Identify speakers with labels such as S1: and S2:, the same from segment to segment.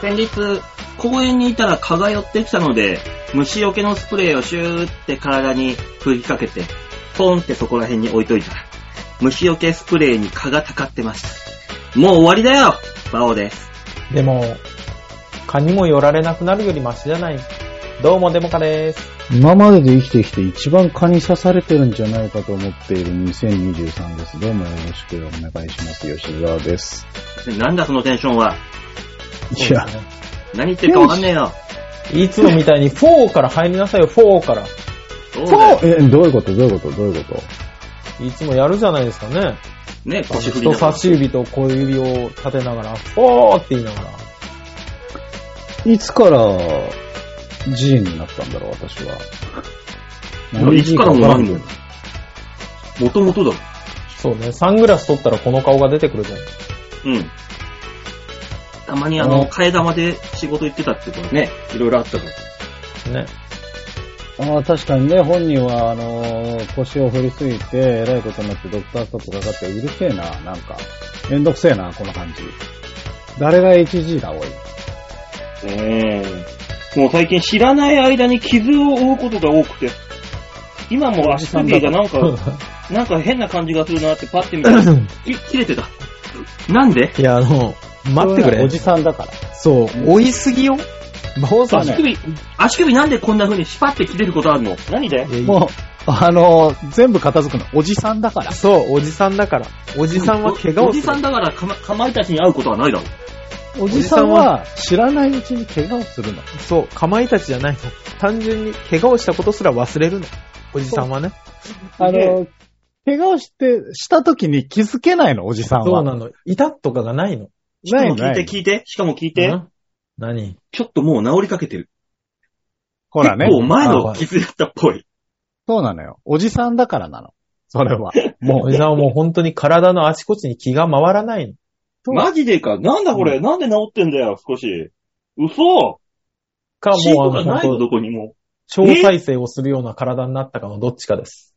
S1: 先日、公園にいたら蚊が寄ってきたので、虫除けのスプレーをシューって体に吹きかけて、ポンってそこら辺に置いといたら、虫除けスプレーに蚊がたかってました。もう終わりだよバオです。
S2: でも、蚊にも寄られなくなるよりマシじゃない。どうもデモカです。
S3: 今までで生きてきて一番蚊に刺されてるんじゃないかと思っている2023です。どうもよろしくお願いします。吉沢です。
S1: なんだそのテンションは。
S3: い
S2: そう
S3: や、
S2: ですね
S1: 何言ってるかわかんねえよ。
S2: いつもみたいに4から入りなさいよ、4から。
S1: そうだよ。
S3: そうえ、どういうことどういうことどういうこ
S2: いつもやるじゃないですかね。
S1: ね、腰振りな
S2: 人
S1: が
S2: 差
S1: ら。
S2: し指と小指を立てながら、4って言いながら。
S3: といつから、G になったんだろう、私 は。
S1: いつからも
S3: わ
S1: な
S3: か
S1: い
S3: ん
S1: のもともとだろ。
S2: そうね、サングラス取ったらこの顔が出てくるじゃん。
S1: うん。たまにあ
S2: あ
S1: の、
S2: の
S1: 替え玉で仕事行ってたってことね、いろいろあったから。
S2: ね。
S3: ああ、確かにね、本人は、あのー腰を振りすぎて、えらいことになってドクターストップかかって、うるせえな、なんか。めんどくせえな、この感じ。誰が HG だ、おい。
S1: ええもう最近知らない間に傷を負うことが多くて、今も足首がなん か、なんか変な感じがするなってパッて見たら、き切れてた。なんで
S2: いや、あの、待ってく
S3: そういうのはお
S2: れ。
S3: じさんだから。
S2: そう、追いすぎよ。魔法さん
S3: そう
S1: 足
S3: ね
S1: 首、足首なんでこんな風にシパって切れることあるの何で
S2: いや
S3: もう、あの全部片付くの、おじさんだから。
S2: そう、おじさんだから。おじさんは怪我
S1: お
S2: を
S1: じ
S2: す
S1: さん
S2: る。
S1: だからかま、かまいたちに会うことはないだろう。
S3: おじさんは、知らないうちに怪我をするの。
S2: そう、かまいたちじゃないの。単純に怪我をしたことすら忘れるの。おじさんはね。
S3: あ
S1: ね
S3: の、怪我をして、した時に気づけないの、おじさんは。
S2: そうなの。痛っとかがないの。
S1: しかも聞い
S3: ない
S1: て
S3: ない
S1: 聞いて、しかも聞いて、
S2: ん何
S1: ちょっともう治りかけてる。
S3: ほらね
S1: 結。構前
S2: あは
S1: の
S2: い
S1: 傷だったっぽい。
S3: そうなのよ。おじさんだからなの。それは。
S2: おじさんはもう本当に体のあちこちに気が回らないの。
S1: マジでかなんだこれ、なんで治ってんだよ、少し。嘘
S2: か、
S1: シー
S2: も
S1: ト
S2: う
S1: が
S2: あの、
S1: ないの、どこ
S2: 本
S1: にも。
S2: 当超再生をするような体になったかのどっちかです。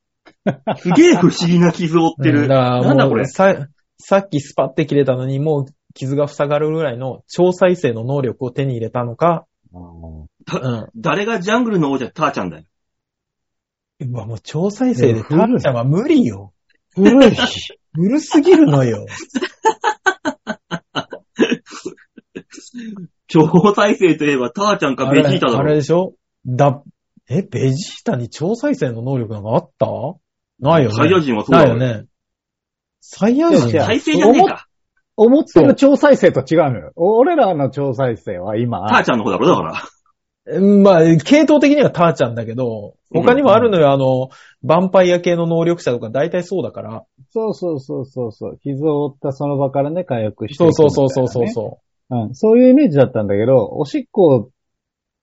S1: すげえ不思議な傷を負って
S2: う
S1: る。
S2: んだから
S1: なんだ
S2: も
S1: こ
S2: う
S1: れ
S2: さ、さっきスパって切れたのに、もう傷が塞がるぐらいの超再生の能力を手に入れたのか、うん。
S1: 誰がジャングルの王者、ターちゃんだよ。
S2: うわ、もう超再生
S3: い
S2: で、
S3: や
S2: たっちゃんは無理よ。
S3: 古い。
S2: 古すぎるのよ。
S1: 超再生といえばターちゃんか
S2: あ
S1: ベ
S2: れ
S1: ジータだ
S2: あれ
S1: ろ。
S2: でしょだ、え、ベジータに超再生の能力なんかあったないよね。
S1: サイヤ人はそう
S2: な
S1: だ
S2: いよ
S1: ろ。
S2: ね。サイヤ人
S3: いや
S1: 再生じゃねえか。
S3: 思ってる超再生と違うのよ。俺らの超再生は今、
S1: ターちゃんの方だろ、だから。
S2: うんまあ、系統的にはターちゃんだけど、他にもあるのよ、あの、ヴァンパイア系の能力者とか大体そうだから。
S3: そうそうそうそうそう、傷を負ったその場からね、回復して
S2: そ
S3: い
S2: う
S3: くみた
S2: そ
S3: いな
S2: う
S3: ね、
S2: そうそうそうそ
S3: うん、そういうイメージだったんだけど、おしっこを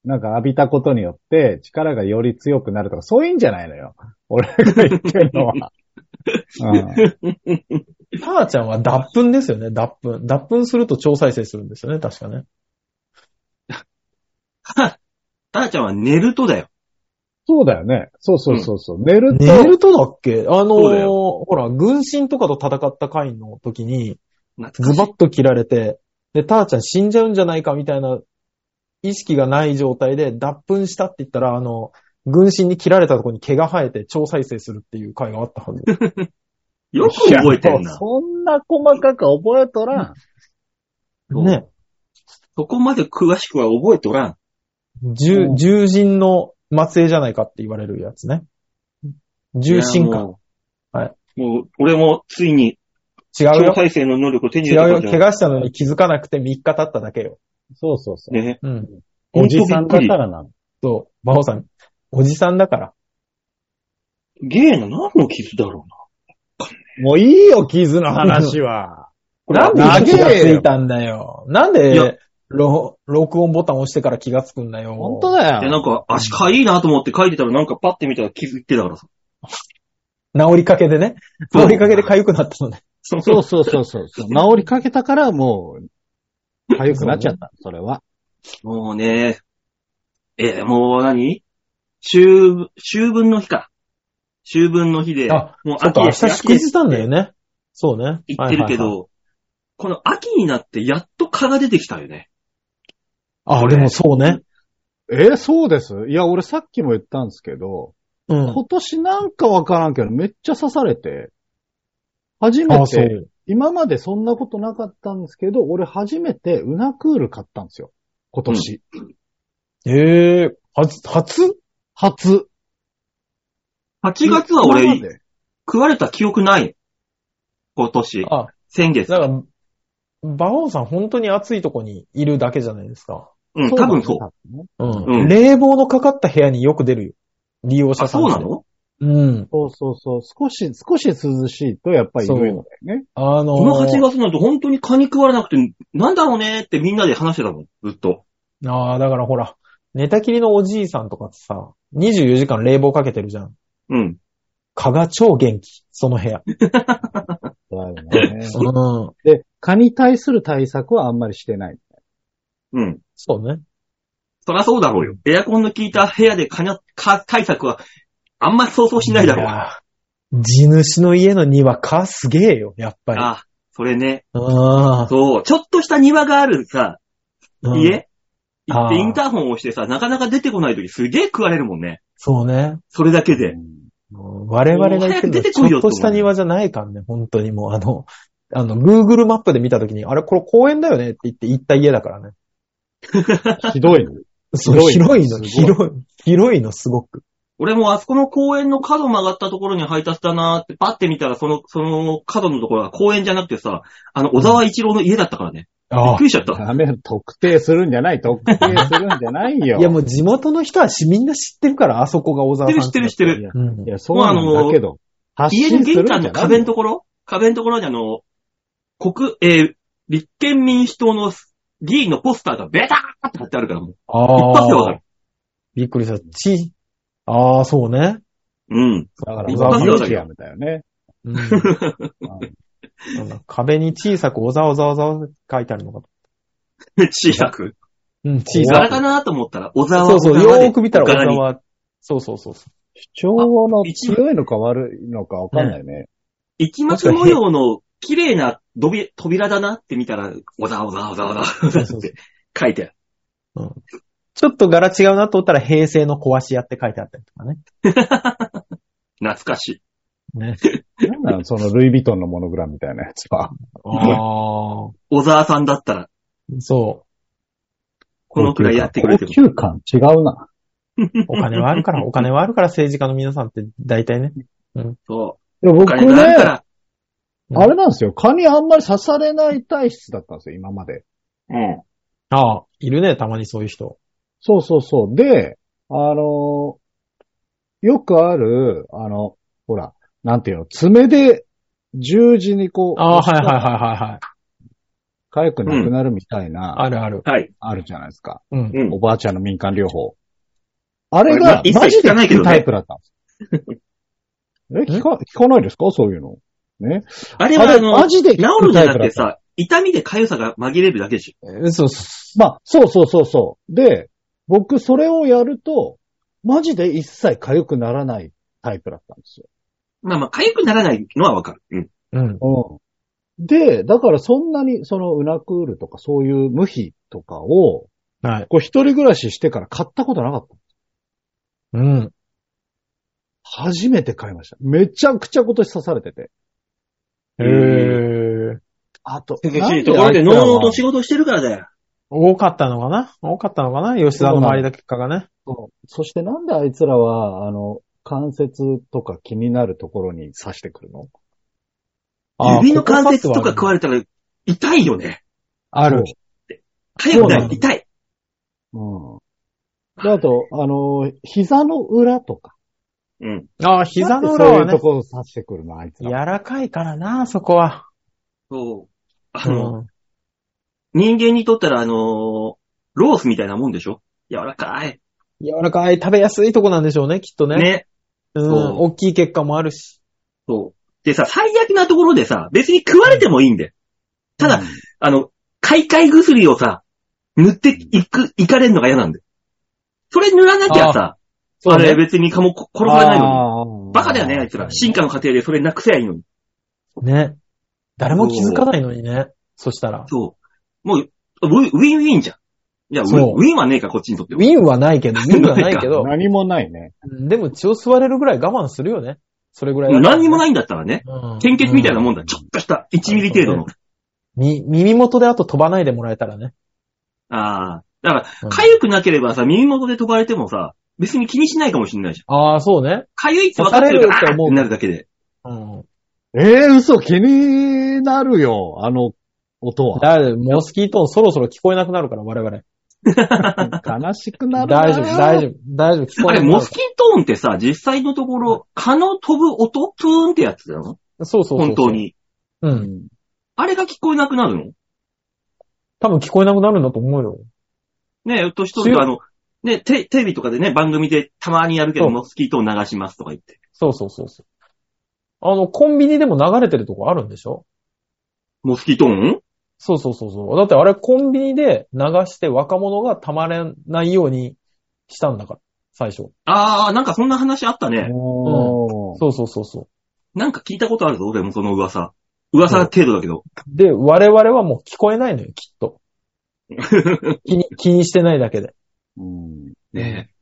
S3: なんか浴びたことによって力がより強くなるとか、そういうんじゃないのよ。俺が言ってる のは。うん
S2: う。ターちゃんは脱粉ですよね、脱粉。脱粉すると超再生するんですよね、確かね。
S1: ターちゃんは寝るとだよ。
S3: そうだよね。そうそうそうそう、寝ると、
S2: 寝るとだっけあの
S1: そうだ
S2: ー、ほら、軍神とかと戦った回の時に、ズ
S1: 懐か
S2: バ
S1: しい。
S2: ッと切られて、で、ターちゃん死んじゃうんじゃないかみたいな意識がない状態で脱粉したって言ったら、あの、軍神に切られたとこに毛が生えて超再生するっていう回があったはず。
S1: よく覚えてん
S3: いや
S1: な。
S3: そんな細かく覚えとらん。
S1: そう
S2: ね。
S1: そこまで詳しくは覚えとらん。
S2: 獣
S3: う、ん
S2: 獣人の末裔じゃないかって言われるやつね。獣神
S1: いや
S2: か。
S1: もう
S2: はい
S1: もう、俺もついに
S2: 違
S1: 超
S2: うよ。
S1: 再生の能力を手に
S2: 違う
S1: 入れた
S2: よ。
S1: じゃ
S2: 怪我したのに気づかなくて3日経っただけよ。
S3: そうそうそう。
S1: ね。
S2: うん。
S3: おじさんだからなの。
S2: そう。魔法さん。おじさんだから。
S1: ゲーの何の傷だろうな。
S3: もういいよ、傷の話 は。
S2: なんで
S3: 長えよ
S2: 気がついたんだよ。なん
S1: いや
S2: で、ろ録音ボタン押してから気がつくんだよ。
S3: 本当だ
S1: で、なん
S3: よ。
S1: か、足かいいなと思って書いてたら、なんかパッて見たら傷いってたからさ。
S2: 治りかけでね。
S1: そう
S2: 治りかけで痒くなったのね。
S1: そう
S3: そうそうそうそう。治りかけたからもう、痒くなっちゃった。それは。
S1: もうね、えーもう何秋、秋分の日か。秋分の日で、
S2: あ
S1: もう
S2: そっか、明日
S1: 秋
S2: 祝日なんだよね。そうね。
S1: 言ってるけど、この秋になってやっと蚊が出てきたよね。
S2: あ、でもそうね。
S3: えーそうですいや、俺さっきも言ったんですけど、
S2: うん。
S3: 今年なんかわからんけど、めっちゃ刺されて、初め
S2: あ、そ
S3: て、
S2: う。
S3: 今までそんなことなかったんですけど、俺初めてウナクール買ったんですよ。今年。
S2: ええ初、初
S3: 初。
S1: 8月は
S3: 今ま
S1: 俺、
S3: で
S1: 食われた記憶ない。今年。
S2: あ、
S1: 先月。
S2: だから、馬王さん本当に暑いとこにいるだけじゃないですか。
S1: うん、多分そう。
S3: う。
S2: うん。
S1: うん
S2: 冷房のかかった部屋によく出るよ。利用者
S1: あ、
S2: さん
S1: そ
S2: っ
S1: う
S2: て
S1: なの
S2: うん。
S3: そうそうそう。少し、少し涼しいとやっぱり
S2: そう
S3: 言うのだ よね。
S2: あのー
S1: この8月になると本当に蚊に食われなくて、なんだろうねってみんなで話してたもん、ずっと。
S2: ああ、だからほら、寝たきりのおじいさんとかってさ、24時間冷房かけてるじゃん。
S1: うん。
S2: 蚊が超元気、その部屋。
S3: だよね
S2: うん。
S3: で、蚊に対する対策はあんまりしてない。
S1: うん。
S2: そうね。
S1: そりゃそうだろうよ。エアコンの効いた部屋で蚊に蚊対策は、あんま想像しないだろう。あ
S2: やー地主の家の庭、蚊すげえよ、やっぱり。
S1: あ、それね。
S2: あ
S1: そう。ちょっとした庭があるさ、
S2: うん
S1: 家、行っ
S2: あー
S1: てインターホンを押してさ、なかなか出てこない時すげえ食われるもんね。
S2: そうね。
S1: それだけで。
S2: うん我々が言って
S1: もう
S2: るの
S1: 早く出て
S2: はち
S1: こい
S2: ょ
S1: よ
S2: っとした庭じゃないからね、本当にもう、あの、あの、Google マップで見たときに、あれ、これ公園だよねって言って行った家だからね。
S3: ひどいの。
S2: そう、広
S3: 広
S2: い
S3: い
S2: の、
S3: の
S2: 広い、広いの、すごく。
S1: 俺もあそこの公園の角曲がったところに配達だなーって、パッて見たら、その、その角のところが公園じゃなくてさ、あの、小沢一郎の家だったからね。びっくりしちゃった。
S3: ダメ、特定するんじゃない、特定するんじゃない よ。
S2: いや、もう地元の人はしみんな知ってるから、あそこが小沢さん。
S1: 知ってる知ってる知ってる。
S3: いや、
S2: うん
S3: い。やそうなんだけど、発
S1: 家の
S3: 信す
S1: 玄
S3: るんじゃ
S1: 関
S3: な
S1: の
S3: い
S1: 壁のところ壁のところにあの、国、えー立憲民主党の議員のポスターがベターって貼ってあるから、もう。一発でわか
S2: ああ
S1: る。。
S2: びっくりした。ち、ああ、そうね。
S1: うん。
S3: だから、
S1: 一
S3: ザ・
S1: 発
S3: ミ
S1: で
S3: ュ
S1: わか
S3: ー
S1: る
S3: ジ
S1: よ
S3: アムだよね。
S2: うん うん壁に小さく小沢小沢小沢って書いてあるのかと。
S1: 小さく。
S2: うん、小
S1: 小
S2: さ
S1: 柄
S2: く。
S1: かなと思ったら、小沢
S2: そうそう、
S1: 小沢で
S2: よーく見たら
S1: 小柄
S2: 小
S1: に
S2: 沢。そうそうそうそう。
S3: 主張の
S1: あ一番
S3: 強いのか悪いのかわかんないね。
S1: 一幕模様の綺麗などび扉だなって見たら、小沢小沢小沢小沢っ
S2: そうそうそう
S1: て書いてある。
S2: ちょっと柄違うなと思ったら平成の壊し屋って書いてあったりとかね。
S1: 懐かしい。
S2: ね。
S3: なんなのそのルイ・ヴィトンのモノグラムみたいなやつは。
S2: ああ。
S1: 小沢さんだったら、
S2: そ
S1: このくらいやってくれて
S3: 高
S1: も。
S3: 級感違うな。
S2: う。お金はあるから、お金はあるから政治家の皆さんって大体ね。
S1: そ
S3: いや
S1: う。お
S3: 僕
S1: 金
S3: ね、
S1: があるから。
S2: うん
S3: あれなんですよ。蚊にあんまり刺されない体質だったんですよ、今まで。
S1: うん。
S2: ああ、いるね、たまにそういう人。
S3: そうそうそう。で、あのーよくある、あの、ほら、なんていうの、爪で十字にこう、
S2: ああ、はい
S3: 押
S2: はい
S3: したら
S2: はいはいはい。
S3: 痒くなくなるみたいな、
S2: あるある。
S1: はい。
S3: あるじゃないですか。
S2: うん。
S1: うん
S3: お。ばあちゃんの民間療法。あれ
S1: まあ
S3: が、
S1: 一切
S3: マジで
S1: 聞かないけど
S3: 効
S1: ね
S3: くタイプだ ったんです。え、聞か、聞かないですかそういうの。
S1: あれは
S3: あ
S1: あ
S3: れ、
S1: の
S3: マ、ジで
S1: 治
S3: 効
S1: るん
S3: く
S1: じ
S3: タ
S1: ゃ
S3: イ
S1: なく
S3: プだってた。
S1: さ、痛みで痒さが紛れるだけでし
S2: えそうっす。
S3: まあ、そうそうそうそう。で、僕、それをやると、マジで一切痒くならないタイプだったんですよ。
S1: ょ。まあまあ、痒くならないのはわかる。うん。
S2: うん。
S3: うん。で、だからそんなに、その、ウナクールとかそういう無比とかを、
S2: はい。
S3: こう、一人暮らししてから買ったことなかった。
S2: うん。
S3: 初めて買いました。めちゃくちゃ今年刺されてて。
S2: へえ。
S3: あと、
S1: 涼しいところで、のうのうと仕事してるからだよ。
S2: 多かったのかな多かったのかな吉沢の周りだけかがね。
S3: そうそしてなんであいつらは、あの、関節とか気になるところに刺してくるの
S2: ああ
S1: 指の関節とか食われたら痛いよね。
S2: ある。
S1: 痒くな
S2: そう
S1: い。痛い。
S3: うん。で、あと、あの、膝の裏とか。
S1: うん。
S2: ああ、膝の裏は
S3: なんでそういう
S2: ね
S3: と、ころを刺してくるの、あいつ
S2: 柔
S3: ら。
S2: らかいからな、そこは。
S1: そう。あ
S2: う
S1: の、
S2: ん。
S1: 人間にとったら、あのーロースみたいなもんでしょ柔らかい。
S2: 柔らかい、食べやすいとこなんでしょうね、きっとね。
S1: ね。
S2: うん。
S1: そう
S2: 大きい結果もあるし。
S1: そう。でさ、最悪なところでさ、別に食われてもいいんだよ。ただ、
S3: うん、
S1: あの、買い替え薬をさ、塗っていく、いかれるのが嫌なんだよ。それ塗らなきゃさ、あれ
S2: ね。
S1: 別に蚊もこ殺されないのに。
S3: に
S1: バカだよね、あいつら。進化の過程でそれなくせやいいのに。
S2: ね。誰も気づかないのにね。そしたら。
S1: そう。もう、ウィウィンウィンじゃん。いや、ウィ
S2: そう
S1: ンウィンはねえか、こっちにとって
S2: ウ
S1: は。
S2: ィンはないけど、ウィンはないけど、
S3: 何もないね。
S2: でも血を吸われるぐらい我慢するよね。それぐらい。
S1: 何にもないんだったらね、
S2: うん。
S1: 献血みたいなもんだ。ちょっとした1ミリ程度の。
S2: み、耳元であと飛ばないでもらえたらね。
S1: ああ。だか
S2: う
S1: ら、
S2: ん
S1: 痒くなければさ、耳元で飛ばれてもさ、別に気にしないかもしれないじ
S2: ああ、そうね。
S1: ゃん。痒いって分かってるから、
S2: 刺されるって思う
S1: あーなるだけで。
S2: うん。
S3: えー、嘘、気になるよ、あの音は。
S2: だモスキートンそろそろ聞こえなくなるから、我々。
S3: 悲しくなるな
S2: 大丈夫、大丈夫、大丈夫、聞こ
S1: あ
S2: えな
S1: れ、
S2: くな
S1: モ
S2: る
S1: スキートーンってさ、実際のところ、蚊の飛ぶ音プーンってやつだの
S2: そうそうそうそう。
S1: 本当。に。
S2: う
S3: 夫
S2: ん。
S1: あれが聞こえなくなるの
S2: 多分聞こえなくなるんだと思うよ。
S1: ね、年取るとあの、ね、テテレビとかでね、番組でたまにやるけど、
S2: そう
S1: モスキートーン流しますとか言って。
S2: そうそうそうそう。あの、コンビニでも流れてるとこあるんでしょ
S1: モスキートーン
S2: そうそうそうそう。だってあれコンビニで流して若者がたまれないようにしたんだから、最初。
S1: あー、なんかそんな話あったね。
S3: おー
S2: そうそうそうそう。
S1: なんか聞いたことあるぞ、俺もその噂。噂程度だけど。
S2: で、我々はもう聞こえないのよ、きっ と。気に、気にしてないだけで。
S3: うん
S1: ねえ。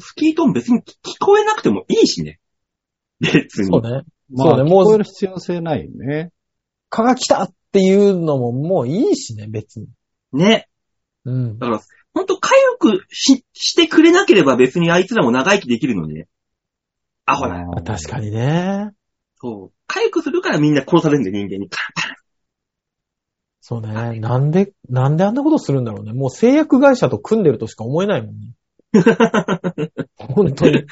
S1: スキートーン別に聞こえなくてもいいしね。別に。
S2: そうね。
S3: まあ、
S2: そうねもう
S3: 聞こえる必要性ないね。
S2: 蚊が来たっていうのももういいしね、別に。
S1: ね。
S2: うん。
S1: だから、ほんと、かゆくし、してくれなければ別にあいつらも長生きできるのにね。あ、ほら。
S3: うん
S2: 確かにね。
S1: そう。かゆくするからみんな殺されるんだよ、人間に。
S2: そうね。なんで、なんであんなことするんだろうね。もう製薬会社と組んでるとしか思えないもん ね。本当に。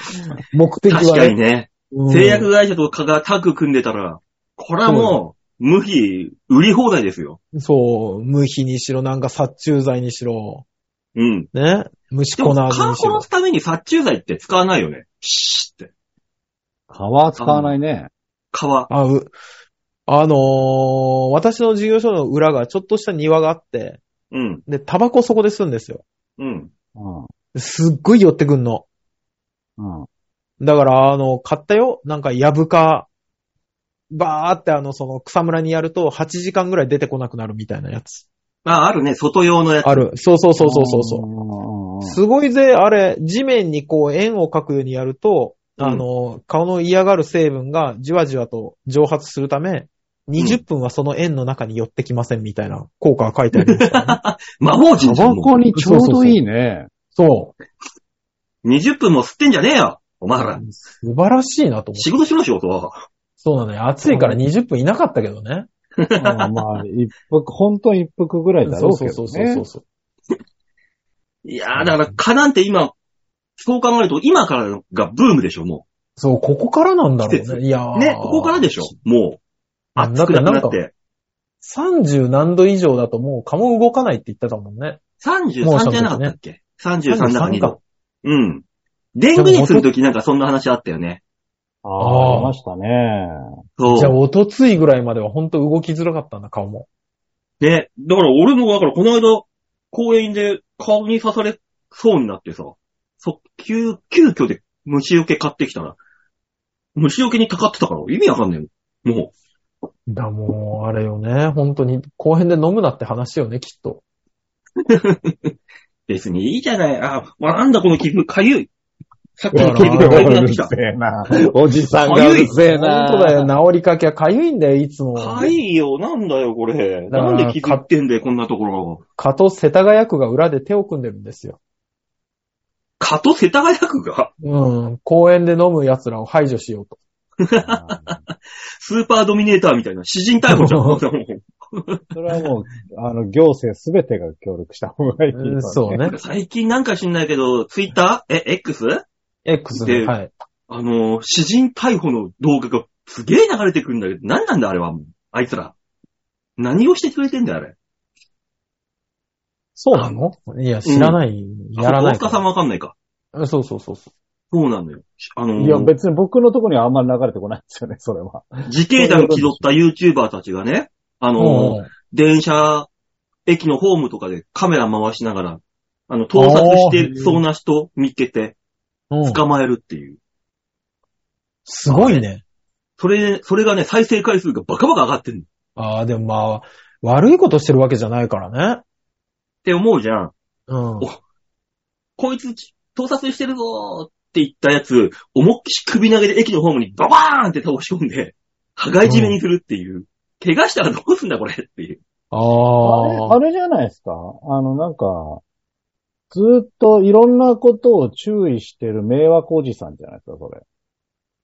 S2: 目的
S1: 確
S2: は
S1: かに
S2: ね。
S1: ね。
S2: うん
S1: 製薬会社とかがタッグ組んでたら、これはもう、無比、売り放題ですよ。
S2: そう、無比にしろ、なんか殺虫剤にしろ、
S1: うん。
S2: ね。虫
S1: で
S2: 粉
S1: も、
S2: な
S1: 蚊
S2: に
S1: を
S2: しろ
S1: 殺。すために殺虫剤って使わないよね。シーって。
S3: 皮は使わないね。
S1: 蚊は。
S2: あ、う、あのー私の事業所の裏がちょっとした庭があって、
S1: うん。
S2: で、タバコそこで吸うんですよ。
S1: うん。
S3: うん。
S2: すっごい寄ってくんの。
S3: うん。
S2: だから、あの、買ったよ。なんか、ヤブカ、バーってあの、その草むらにやると8時間ぐらい出てこなくなるみたいなやつ。
S1: まあ、あるね、外用のやつ。
S2: ある。そうそうそうそうそうそう。
S3: そ
S2: すごいぜ、あれ、地面にこう円を描くようにやると、
S1: うん
S2: あの、顔の嫌がる成分がじわじわと蒸発するため、20分はその円の中に寄ってきませんみたいな効果が書いてありました、ね。
S1: 魔法人
S3: タ
S1: じゃん
S3: バ
S1: も
S3: コにちょうどいいね。
S2: そう。
S1: う20分も吸ってんじゃねえよお前ら。
S2: 素晴らしいなと思って。
S1: 仕事しろ仕事は。
S2: そうなのよ。暑いから20分いなかったけどね。
S3: うんまあ、一服、本当一服ぐらいだ
S2: そ
S3: ろ
S2: う
S3: う
S2: そ
S3: け
S2: う
S3: ど
S2: そう
S3: ね
S2: そう。そう。
S1: いやー、だから蚊なんて今、そう考えると今からがブームでしょ、も
S2: そう、ここからなんだろ
S1: 季
S2: う
S1: 節
S2: ね。いや
S1: う。
S2: ー
S1: ね、ここからでしょ、もう。
S2: だ
S1: 暑く
S2: っ
S1: な
S2: て
S1: く
S2: な
S1: なん
S2: か
S1: っ、て。
S2: 30何度以上だともう蚊も動かないって言ってたもんね。もう
S1: 33
S2: 寒
S1: じ
S2: い
S1: ゃ
S2: ね
S1: なかったっけ ?33 だか
S2: 33
S1: 2
S2: か
S1: 度。うん。デング熱の時なんかそんな話あったよね。
S3: あ
S2: あー
S3: あ、ありましたね。
S2: じゃ
S1: そ
S2: あ、
S1: う。
S2: おとついぐらいまではほんと動きづらかったんだ、顔も。
S1: ね、だから俺も、だからこの間、公園で顔に刺されそうになってさ、そ、急、急遽で虫除け買ってきたら、虫除けにかかってたから意味わかんないもん。もう。
S2: だ、もう、あれよね。本当に、公園で飲むなって話よね、きっと。
S1: 別にいいじゃない。あ、わなんだこの傷、かゆい。さっきの
S2: うわ
S1: 傷がかゆくなって
S3: うる
S1: きた。
S3: せえな。おじさんがうるせえな。
S2: 本当だよ、治りかけはかゆいんだよ、いつも。
S1: かゆいよ、なんだよ、これ。
S2: だか
S1: な
S2: ら
S1: んで気づってんだよ、こんなところ。
S2: 蚊と世田谷区が裏で手を組んでるんですよ。
S1: 蚊と世田谷区が、
S2: うん。公園で飲む奴らを排除しようと。
S1: スーパードミネーターみたい な、詩人逮捕じゃん。
S3: それはもう、あの、行政すべてが協力した方がいいよ、
S2: うんそうね。
S1: 最近なんか知んないけど、ツイッターえ、X?
S2: X ね
S1: で
S2: はい。
S1: あの、詩人逮捕の動画がすげえ流れてくるんだけど、なんなんだ、あれはもう。あいつら。何をしてくれてんだよ、あれ。
S2: そうなのいや、知らない。やら
S1: あそう
S2: ない
S1: 大塚
S2: か
S1: さん
S2: ら。
S1: わかんないか。
S2: うんそうそうそうそう。
S1: そうなのよ。あの
S3: いや、別に僕のところにはあんまり流れてこないんですよね、それは。
S1: 自警団気取った YouTuber たちがね、あの、
S2: うん
S1: 電車、駅のホームとかでカメラ回しながら、あの、盗撮してそうな人見っけて
S2: うん
S1: 捕まえるっていう。
S2: すごいね。
S1: それ、それがね、再生回数がバカバカ上がってんのっ
S2: ああ、でもまあ、悪いことしてるわけじゃないからね。
S1: て思うじゃん。
S2: うん。
S1: こいつ、盗撮してるぞーって言ったやつ、思いっきし首投げで駅のホームにババーンって倒し込んで、羽がいじめにするっていう。怪我したらどうすんだこれっていう。
S2: あ
S3: あ
S2: あ。
S3: れ、あれじゃないですかあの、なんか、ずーっといろんなことを注意してる迷惑おじさんじゃないですか、それ。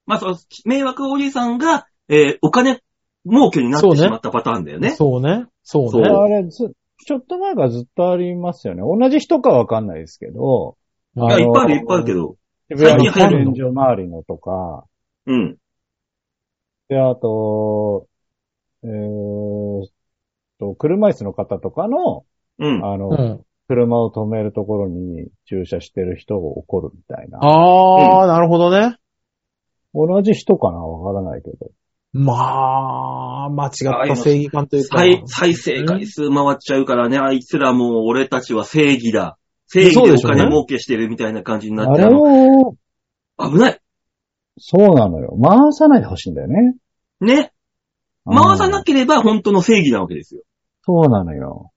S1: まあ、その、迷惑おじさんが、えーお金儲けになっ
S2: そう
S1: て
S2: ね
S1: しまったパターンだよね。
S2: そうね。そうね
S1: そ。
S3: あれず、ちょっと前からずっとありますよね。同じ人かわかんないですけど、
S1: いや、
S3: あ
S1: い
S3: の
S1: っぱいある、いっぱいあるけど。
S3: 最
S1: 最
S3: 近
S1: 近流行る
S3: 天
S2: の
S3: 井周りのとか、
S1: うん。
S3: で、あと、えーっと、車椅子の方とかの、
S1: うん。
S3: あの、
S2: うん。
S3: 車を止めるところに駐車してる人を怒るみたいな。
S2: ああ、なるほどね。
S3: 同じ人かなわからないけど。
S2: まあ、間違った正義感というか。
S1: 再、再生回数回っちゃうからね、あいつらもう俺たちは正義だ。正義でお金儲けしてるみたいな感じにな
S3: あ
S1: って、
S3: れ
S1: あの
S3: を、
S1: 危ない。
S3: そうなのよ。回さないでほしいんだよね。
S1: ね。回さな
S3: うん
S1: ければ本当の正義なわけですよ。
S3: そうなのよ。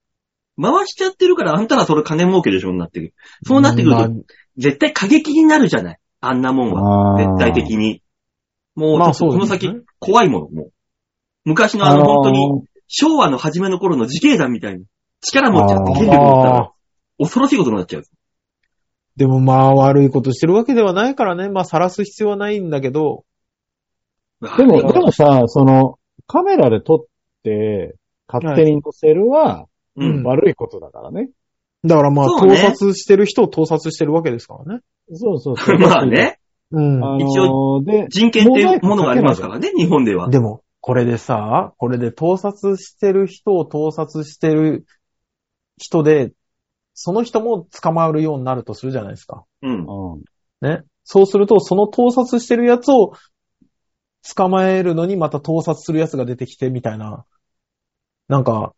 S1: 回しちゃってるからあんたらそれ金儲けでしょになってくる。そうなってくると、絶対過激になるじゃない。あんなもんは。
S3: あー
S1: 絶対的に。もう、
S2: まあ
S1: ちょっとこの
S2: そうですね
S1: 先、怖いもの、もう。昔のあの、本当に、
S3: の
S1: 昭和の初めの頃の自警団みたいに、力持っちゃって権力持った
S2: あ
S1: ら
S2: あ、。
S1: 恐ろしいことになっちゃう。
S2: でもまあ、悪いことしてるわけではないからね。まあ、晒す必要はないんだけど。
S3: で
S1: あ
S3: も、
S1: れ
S3: でもさ、その、カメラで撮って、勝手に載せるは、
S1: うん。
S3: 悪いことだからね。
S2: だからまあ、
S1: そう
S2: 盗
S1: ね
S2: 撮してる人を盗撮してるわけですからね。
S3: そうそうそ う。
S1: まあ。ね。
S2: うん
S3: あ。の
S1: 一
S3: ー、で、
S1: 人権っていうものがありますからね、日本では。
S2: でも、これでさ、これで盗撮してる人を盗撮してる人で、その人も捕まるようになるとするじゃないですか。
S1: うん。
S3: うん。
S2: ね。そうすると、その盗撮してるやつを捕まえるのにまた盗撮するやつが出てきてみたいな、なんか、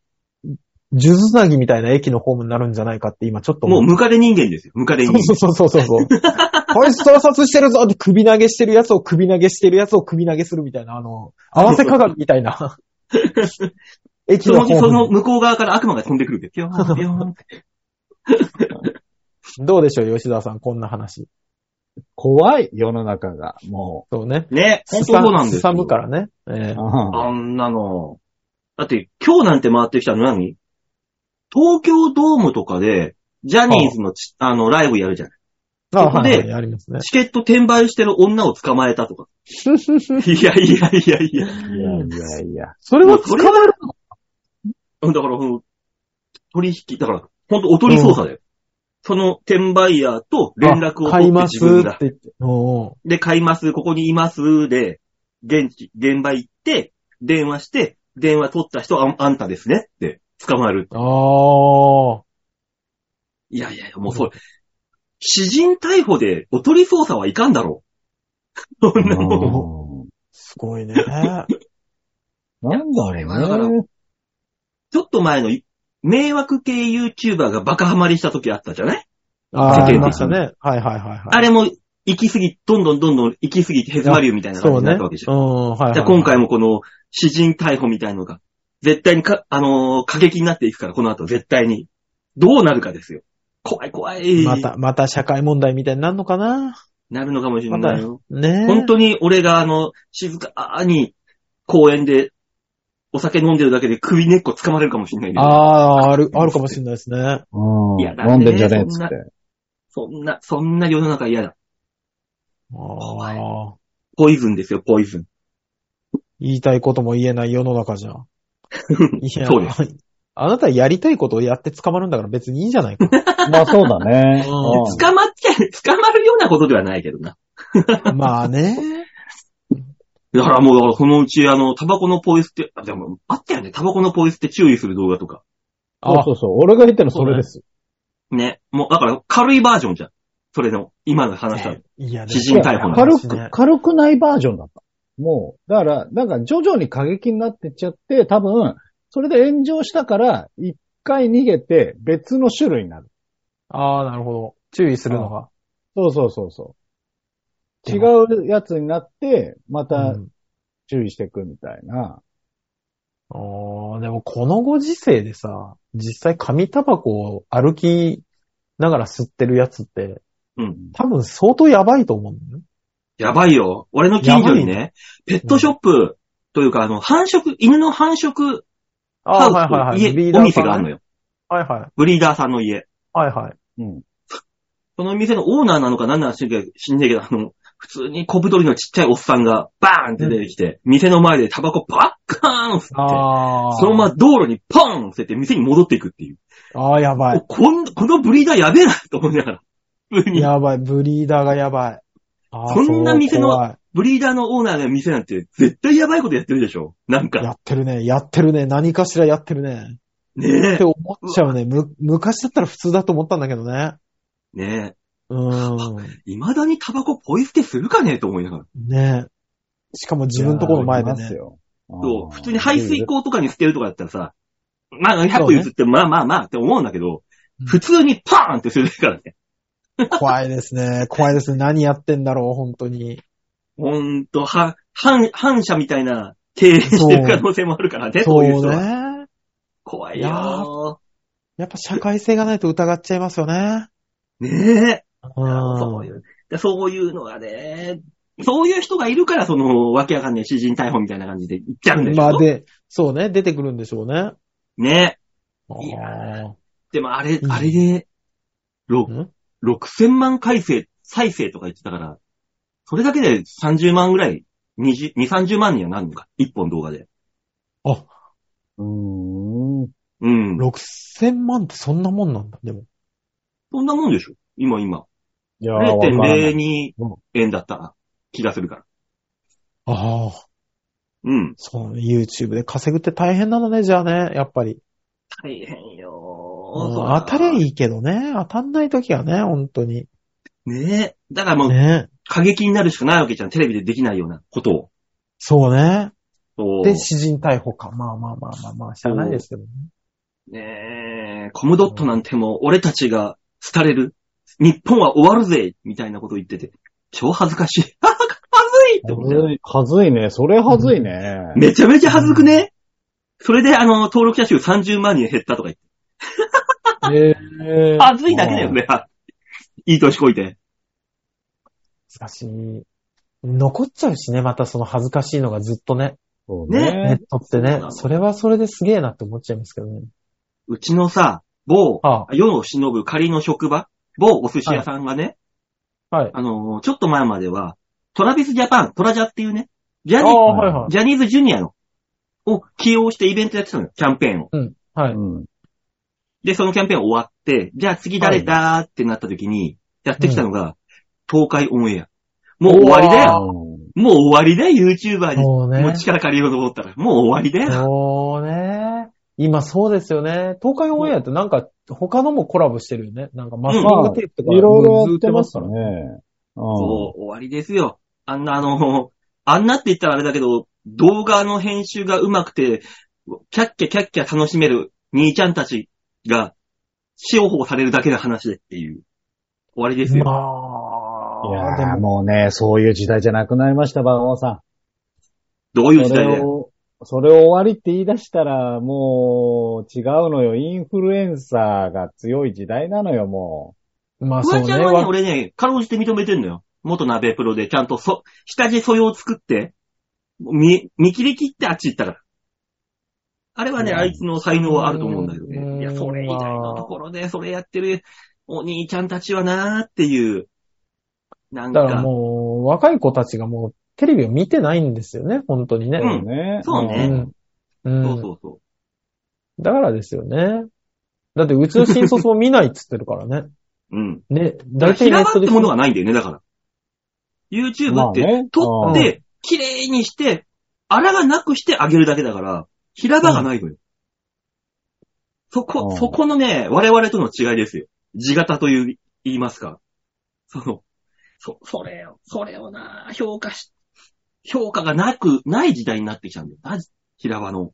S2: 数珠つなぎみたいな駅のホームになるんじゃないかって今ちょっと
S1: もう、
S2: う。
S1: ムカデ人間ですよ、ムカデ人間。
S2: そうそうそうそうそう。こいつ盗撮してるぞって首投げしてるやつを首投げしてるやつを首投げするみたいな、あの、合わせ鏡みた いな。駅
S1: その
S2: の
S1: う
S2: ホ
S1: ちそ
S2: ー
S1: の
S2: ム。
S1: 向こう側から悪魔が飛んでくるんで、ピョーン、ピョーンって。
S2: どうでしょう、吉沢さん、こんな話。
S3: 怖い、世の中が。も
S2: そうね。
S1: ね、本当そうなんです
S2: す
S1: よ
S2: さむからね。ええ
S3: う。あ
S1: あんなの。だって、今日なんて回ってきたの何東京ドームとかで、ジャニーズのち、あの、ライブやるじゃない。
S2: あ、
S1: ここ
S2: は
S1: で
S2: い、はい、ありますね。
S1: チケット転売してる女を捕まえたとか。 いやいやいやいや。
S3: いやいやい や。
S2: それは捕まえる
S1: うんだから、その取引、だから、ほんとおとり捜査だよ。その転売ヤーと連絡を
S2: 買
S1: 取っ
S2: い
S1: て
S2: ます
S1: 自分
S2: って
S1: が。
S2: 言って。おう
S1: で、買います、ここにいます、で、現地、現場行って、電話して、電話取った人あん、あんたですねって捕まえる。
S2: ああ。
S1: いやいやいや、もうそれ、詩人逮捕でおとり捜査はいかんだろう。そんなもん。
S3: うん
S2: す ごいね。
S3: なんだ
S1: いやこれはだから
S3: ろうね。
S1: ちょっと前のい迷惑系 YouTuber がバカハマりした時あったじゃない
S2: あー
S3: 事件的
S2: あり
S3: に
S2: ましたね。はいはいはいはい。
S1: あれも、行き過ぎ、どんどんどんどん行き過ぎてヘズマリューみたいな感じ
S2: そう
S1: になっ
S2: ね。う
S1: たわけじゃん。
S2: ん、はいはい。
S1: じゃあ今回もこの、詩人逮捕みたいのが、絶対にか、あのー過激になっていくから、この後絶対に。どうなるかですよ。怖い怖い。
S2: また、また社会問題みたいになるのかな
S1: なるのかもしれないよ。
S2: ねえ。
S1: 本当に俺があの、静かに公園でお酒飲んでるだけで首根っこ掴まれるかもしれないね。
S2: ああ、ある、あるかもしれないですね。
S3: うん
S1: いやだってね
S3: 飲んでんじゃねえっつって。
S1: そんな、そんな世の中嫌だ。
S2: ああ。
S1: ポイズンですよ、ポイズン。
S2: 言いたいことも言えない世の 中じゃん。いや
S1: そうで
S2: あなたやりたいことをやって捕まるんだから別にいいじゃな いか。
S3: まあそうだね。
S2: うん
S3: うん
S1: 捕まっちゃ、捕まるようなことではないけどな。
S2: まあね。
S1: だからもう、だからそのうち、あの、タバコのポイ捨て、あ、でも、あったよね。タバコのポイ捨て注意する動画とか。
S3: そう
S2: あ
S3: そうそう。俺が言ってるのそれです。
S1: ね。もう、だから、軽いバージョンじゃん。それの、今の話だ。
S2: いやね、
S1: 知人逮捕
S3: 軽
S2: そうですね
S3: く、軽くないバージョンだった。もう、だから、なんか徐々に過激になってっちゃって、多分、それで炎上したから、一回逃げて別の種類になる。
S2: ああ、なるほど。注意するのが。
S3: そうそうそうそう。
S2: で
S3: 違
S2: も
S3: うやつになって、また
S2: うん
S3: 注意していくみたいな。
S2: あーでもこのご時世でさ、実際紙タバコを歩きながら吸ってるやつって、
S1: うん。
S2: 多分相当やばいと思うんだよね。
S1: やばいよ。俺の近所に
S2: や
S1: ね、ペットショップというか、あの、繁殖、犬の繁殖ハ
S2: あ
S1: ウ
S2: ー
S1: スと
S2: ブリ
S1: 家、
S2: ーダ
S1: お
S2: ー
S1: 店
S2: さんね
S1: があるのよ。
S2: はいはい。
S1: ブリーダーさんの家。
S2: はいはい。
S3: うん。
S1: その店のオーナーなのか何なのか知んないけど、あの、普通に小太りのちっちゃいおっさんがバーンって出てきて、店の前でタバコバッカーン吸って、
S2: ああ。
S1: そのまま道路にポン捨てて店に戻っていくっていう。
S2: ああ、やばい。
S1: こんこのブリーダーやべえなと思いながら。普通に。
S2: やばい。ブリーダーがやばい。あー
S1: そんな店の
S2: そう怖い
S1: ブリーダーのオーナーの店なんて絶対やばいことやってるでしょなん
S2: や
S1: か。
S2: ってるね。やってるね。何かしらやってるね。っ
S1: ね
S2: て思っちゃうね。む、昔だったら普通だと思ったんだけどね。
S1: え。ね
S2: うーん。
S1: え。未だにタバコポイ捨てするかねえと思いながら。
S2: ねしかも自分のところの前で
S3: いやーあります
S2: ね。
S3: よ。
S1: そ
S3: あ
S1: う。
S3: ー
S1: 普通に排水口とかに捨てるとかだったらさ、まあ100歩譲って、まあまあまあって思うんだけど
S2: うん、
S1: 普通にパーンってするからね。
S2: 怖いですね。怖いですね。何やってんだろう、本当に。
S1: ほんと、は、反、反射みたいな経営してる可能性もあるからね、そういう人は。
S2: ね。
S1: 怖い
S2: いや
S1: よ
S2: やっぱ社会性がないと疑っちゃいますよね。
S1: ー。ねえ。
S2: う
S1: そうい
S2: ん。
S1: う。でそういうのがね、そういう人がいるから、その、わけわかんない詩人逮捕みたいな感じで行っちゃうんでしょ、
S2: まあで、そうね、出てくるんでしょうね。
S1: ね。いや
S2: あ
S1: でもあれ、
S2: うん
S1: あれで、ろ
S2: ーん
S1: 6000万回生、再生とか言ってたから、それだけで30万ぐらい、20、2、30万にはなるのか。一本動画で。
S2: あ、
S3: うーん。
S1: うん。
S2: 6000万ってそんなもんなんだ、でも。
S1: そんなもんでしょ今今。
S3: いやー、わからない。
S1: 0.02
S3: うん
S1: 円だったら気がするから。
S2: ああ、
S1: うん。
S2: そう、YouTube で稼ぐって大変なのね、じゃあね、やっぱり。
S1: 大変よ
S2: うん
S1: ーそら
S2: 当たりゃいいけどね、当たんない時はね、本当に。
S1: ねえ。だからもう、
S2: ね。
S1: 過激になるしかないわけじゃん。テレビでできないようなことを。
S2: そうね。
S1: そう
S2: で、詩人逮捕か。まあまあまあまあまあ、知らないですけどね。
S1: ねえ、コムドットなんてもう俺たちが廃れる。日本は終わるぜみたいなこと言ってて、超恥ずかしい。 あはずいって思
S3: は
S1: って
S3: ずい、はずいね。それはずいね。
S1: めちゃめちゃ恥ずくねそれであの、登録者数30万人減ったとか言って。
S3: えー
S1: 恥ずいだけだよね。いい年こいて。
S2: 難しい。残っちゃうしね、またその恥ずかしいのがずっとね、
S3: そう
S2: ネッ
S3: ね。
S2: トって
S1: そうな
S2: ね。
S1: の
S2: それはそれですげえなって思っちゃいますけどね。
S1: うちのさ、某、
S2: あ
S1: 世を忍ぶ仮の職場、某お寿司屋さんがね、
S2: はい。
S1: あの、ちょっと前までは、トラビスジャパン、トラジャっていうね、ジャ
S2: あ
S1: ニー
S2: あ、はいはい。
S1: ジャニーズジュニアの、を起用してイベントやってたのよ、キャンペーンを。
S2: うん。はい。
S3: うん。
S1: で、そのキャンペーン終わって、じゃあ次誰だーってなった時に、やってきたのが、東海オンエア。もう終わりだ
S2: あ
S1: よ。もう終わりだよ、YouTuber に。
S2: そう
S1: もう
S2: ね。
S1: 力借りようと思ったら、もう終わりだよ。
S2: そうね。今そうですよね。東海オンエアってなんか他のもコラボしてるよね。なんかマスキングテープとか
S3: いろいろ
S2: ず
S3: や
S2: っ
S3: っ
S2: と
S3: て
S2: や
S3: ます
S2: か
S3: ね
S2: ら。。
S3: そ
S1: そう、終わりですよ。あんな、あの、あんなって言ったらあれだけど、動画の編集が上手くて、キャッキャキャッキャ楽しめる兄ちゃんたちが、塩法されるだけの話でっていう。終わりですよ。
S2: ま
S3: い
S2: あ、で
S3: やー
S2: も、
S3: もうね、そういう時代じゃなくなりました、バオさ。
S1: どうんいう時
S3: そ
S1: 代だ
S3: れ
S1: よ。
S3: を、それを終わりって言い出したら、もう違うのよ。インフルエンサーが強い時代なのよ、も
S2: まあ
S1: フ
S2: そ
S1: ワ
S2: う
S1: ち
S2: ね
S1: ゃんはね、
S2: わ。
S1: 俺ね、かろうじて認めてんのよ。元鍋プロでちゃんとそ、下地素養を作って、見、見切り切ってあっち行ったから。あれはね、
S3: うん
S1: あいつの才能はあると思うんだけど
S2: うん
S1: ね。いや、それ以外のところで、それやってるお兄ちゃんたちはなーっていう。なん
S2: だから
S1: か、
S2: もう、若い子たちがもうテレビを見てないんですよね、本当にね
S3: う。。
S1: うん
S3: ね
S1: そうね
S3: ん
S2: う
S1: そ
S2: ん。
S1: うそうそう。
S2: だからですよね。だってうちの新卒も見ないっつってるから ね。
S1: うん。
S2: ね、
S1: だか
S2: 大
S1: ら
S2: 体
S1: 平
S2: ネ
S1: 場
S2: ット
S1: っ
S2: で
S1: てものがないんだよね、だから。
S3: ま
S1: YouTube
S3: あ
S1: って、
S3: ね。
S1: 撮っ
S3: うん
S1: て、綺麗にして、荒がなくしてあげるだけだから、平場がないのよ。そこ
S3: う、ん
S1: そこのね、我々との違いですよ。地型という、言いますか。その、そ、それを、それをな、評価し、評価がなく、ない時代になってきちゃうんだよな。平場の。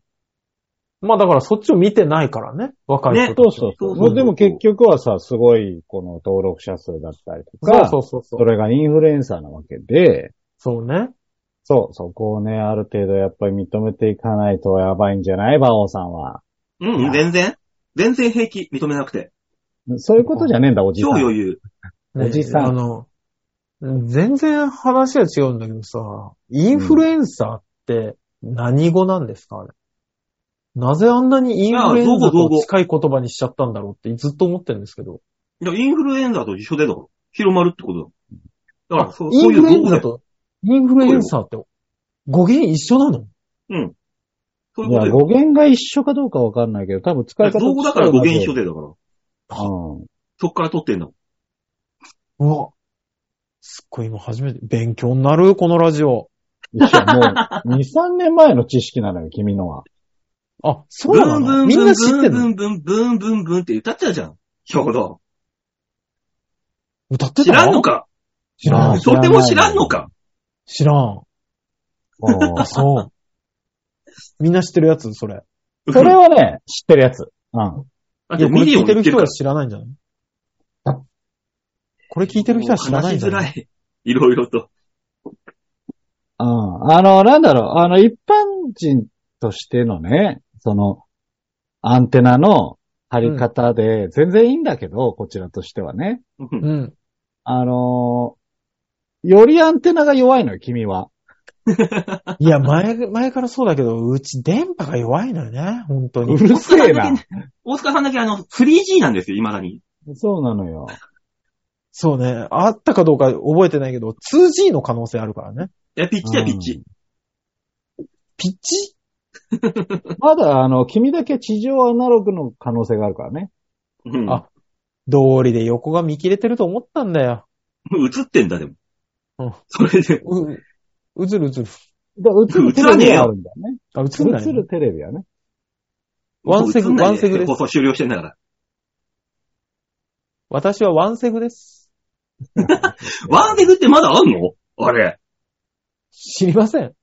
S2: まあだからそっちを見てないからね、若い
S1: ね
S2: 子
S3: そ
S2: た
S3: う
S2: ち
S3: そ
S2: は。
S3: うそ
S1: そ
S3: う。
S1: うそうそう
S3: でも結局はさ、すごい、この登録者数だったりとか、
S2: そうそうそうそ。
S3: そうれがインフルエンサーなわけで、
S2: そうね。
S3: そう、そこをね、ある程度やっぱり認めていかないとやばいんじゃない馬王さんは。
S1: うん、全然。全然平気、認めなくて。
S3: そういうことじゃねえんだ、おじさ
S1: 超
S3: ん。
S1: 余裕。
S3: おじさん
S2: あの、全然話は違うんだけどさ、インフルエンサーって何語なんですかあれ。なぜあんなにインフルエン
S1: いや造語
S2: ザ
S1: 造
S2: と
S1: 語
S2: 近い言葉にしちゃったんだろうってずっと思ってるんですけど。
S1: いや、インフルエンザと一緒でだから。広まるってことだ。だから、そう
S2: イ
S1: そう
S2: ン
S1: いう
S2: フルエ
S1: 造
S2: ン
S1: 語
S2: ザ
S1: で。
S2: と、インフルエンサーって語源一緒なの
S1: うん。そういうこ
S3: い
S1: と
S3: や、
S1: で。
S3: 語源が一緒かどうかわかんないけど、多分使い方
S1: 造語だから語源一緒
S3: で。
S1: でだから。
S3: うん。
S1: そっから取ってんだもん。
S2: うわ。すっごい今初めて勉強になる、このラジオ。
S3: 一緒。もう、2、3年 前の知識なのよ、君のは。
S2: あ、そう
S1: ブ
S2: なの
S1: ン
S2: み
S1: ブ
S2: ん
S1: ン
S2: な知ってん
S1: ブ
S2: の
S1: ンブンブンブンブンブンって歌っちゃうじゃん。ちょうど。
S2: 歌ってた
S1: 知らんのか
S2: 知らん。
S3: 知ら
S1: と
S3: ない
S1: ても知らんのか
S2: 知らん。
S3: うん
S2: あ、そう。みんな知ってるやつそれ。
S3: それはね、知ってるやつ。うん。
S1: だっ
S2: い
S1: て
S2: や、これ
S1: ミリオ
S2: 聞
S1: ン
S2: いて
S1: 言
S2: る
S1: ってる
S2: 人
S1: か
S2: は
S1: ら。
S2: 知らないんじゃないこれ聞いてる人は知らない
S1: 話
S2: んじ
S1: し
S2: ゃ
S1: づら
S2: ない
S1: い。いろいろと。
S3: うん。あの、なんだろう、あの、一般人としてのね、その、アンテナの張り方で、全然いいんだけど、こちらとしてはね。
S1: うん
S2: うん。
S3: あのーよりアンテナが弱いのよ、君は。
S2: いや、前、前からそうだけど、うち電波が弱いのよね、本当
S3: う
S2: に。
S3: るせえな。
S1: 大塚さんだけあの、3G なんですよ、未だに。
S3: そうなのよ。
S2: そうね。あったかどうか覚えてないけど、2G の可能性あるからね。
S1: いや、ピッチだよ、ピッチ。
S2: ピッチ
S3: まだ、あの、君だけ地上アナログの可能性があるからね。
S1: うん。
S2: あ通りで横が見切れてると思ったんだよ。
S1: もう映ってんだ、でも。
S2: うん
S1: それで、
S2: う、うずるうずる。
S3: だから映るテレビがあるんだよね。
S2: あ、映んない
S3: 映
S2: の
S3: るテレビはね。
S2: ワンセグ
S1: もう映んない
S2: ワンセグです
S1: 放送終了してんだから。
S2: 私はワンセグです。
S1: ワンセグってまだあんのあれ。
S2: 知りま せん。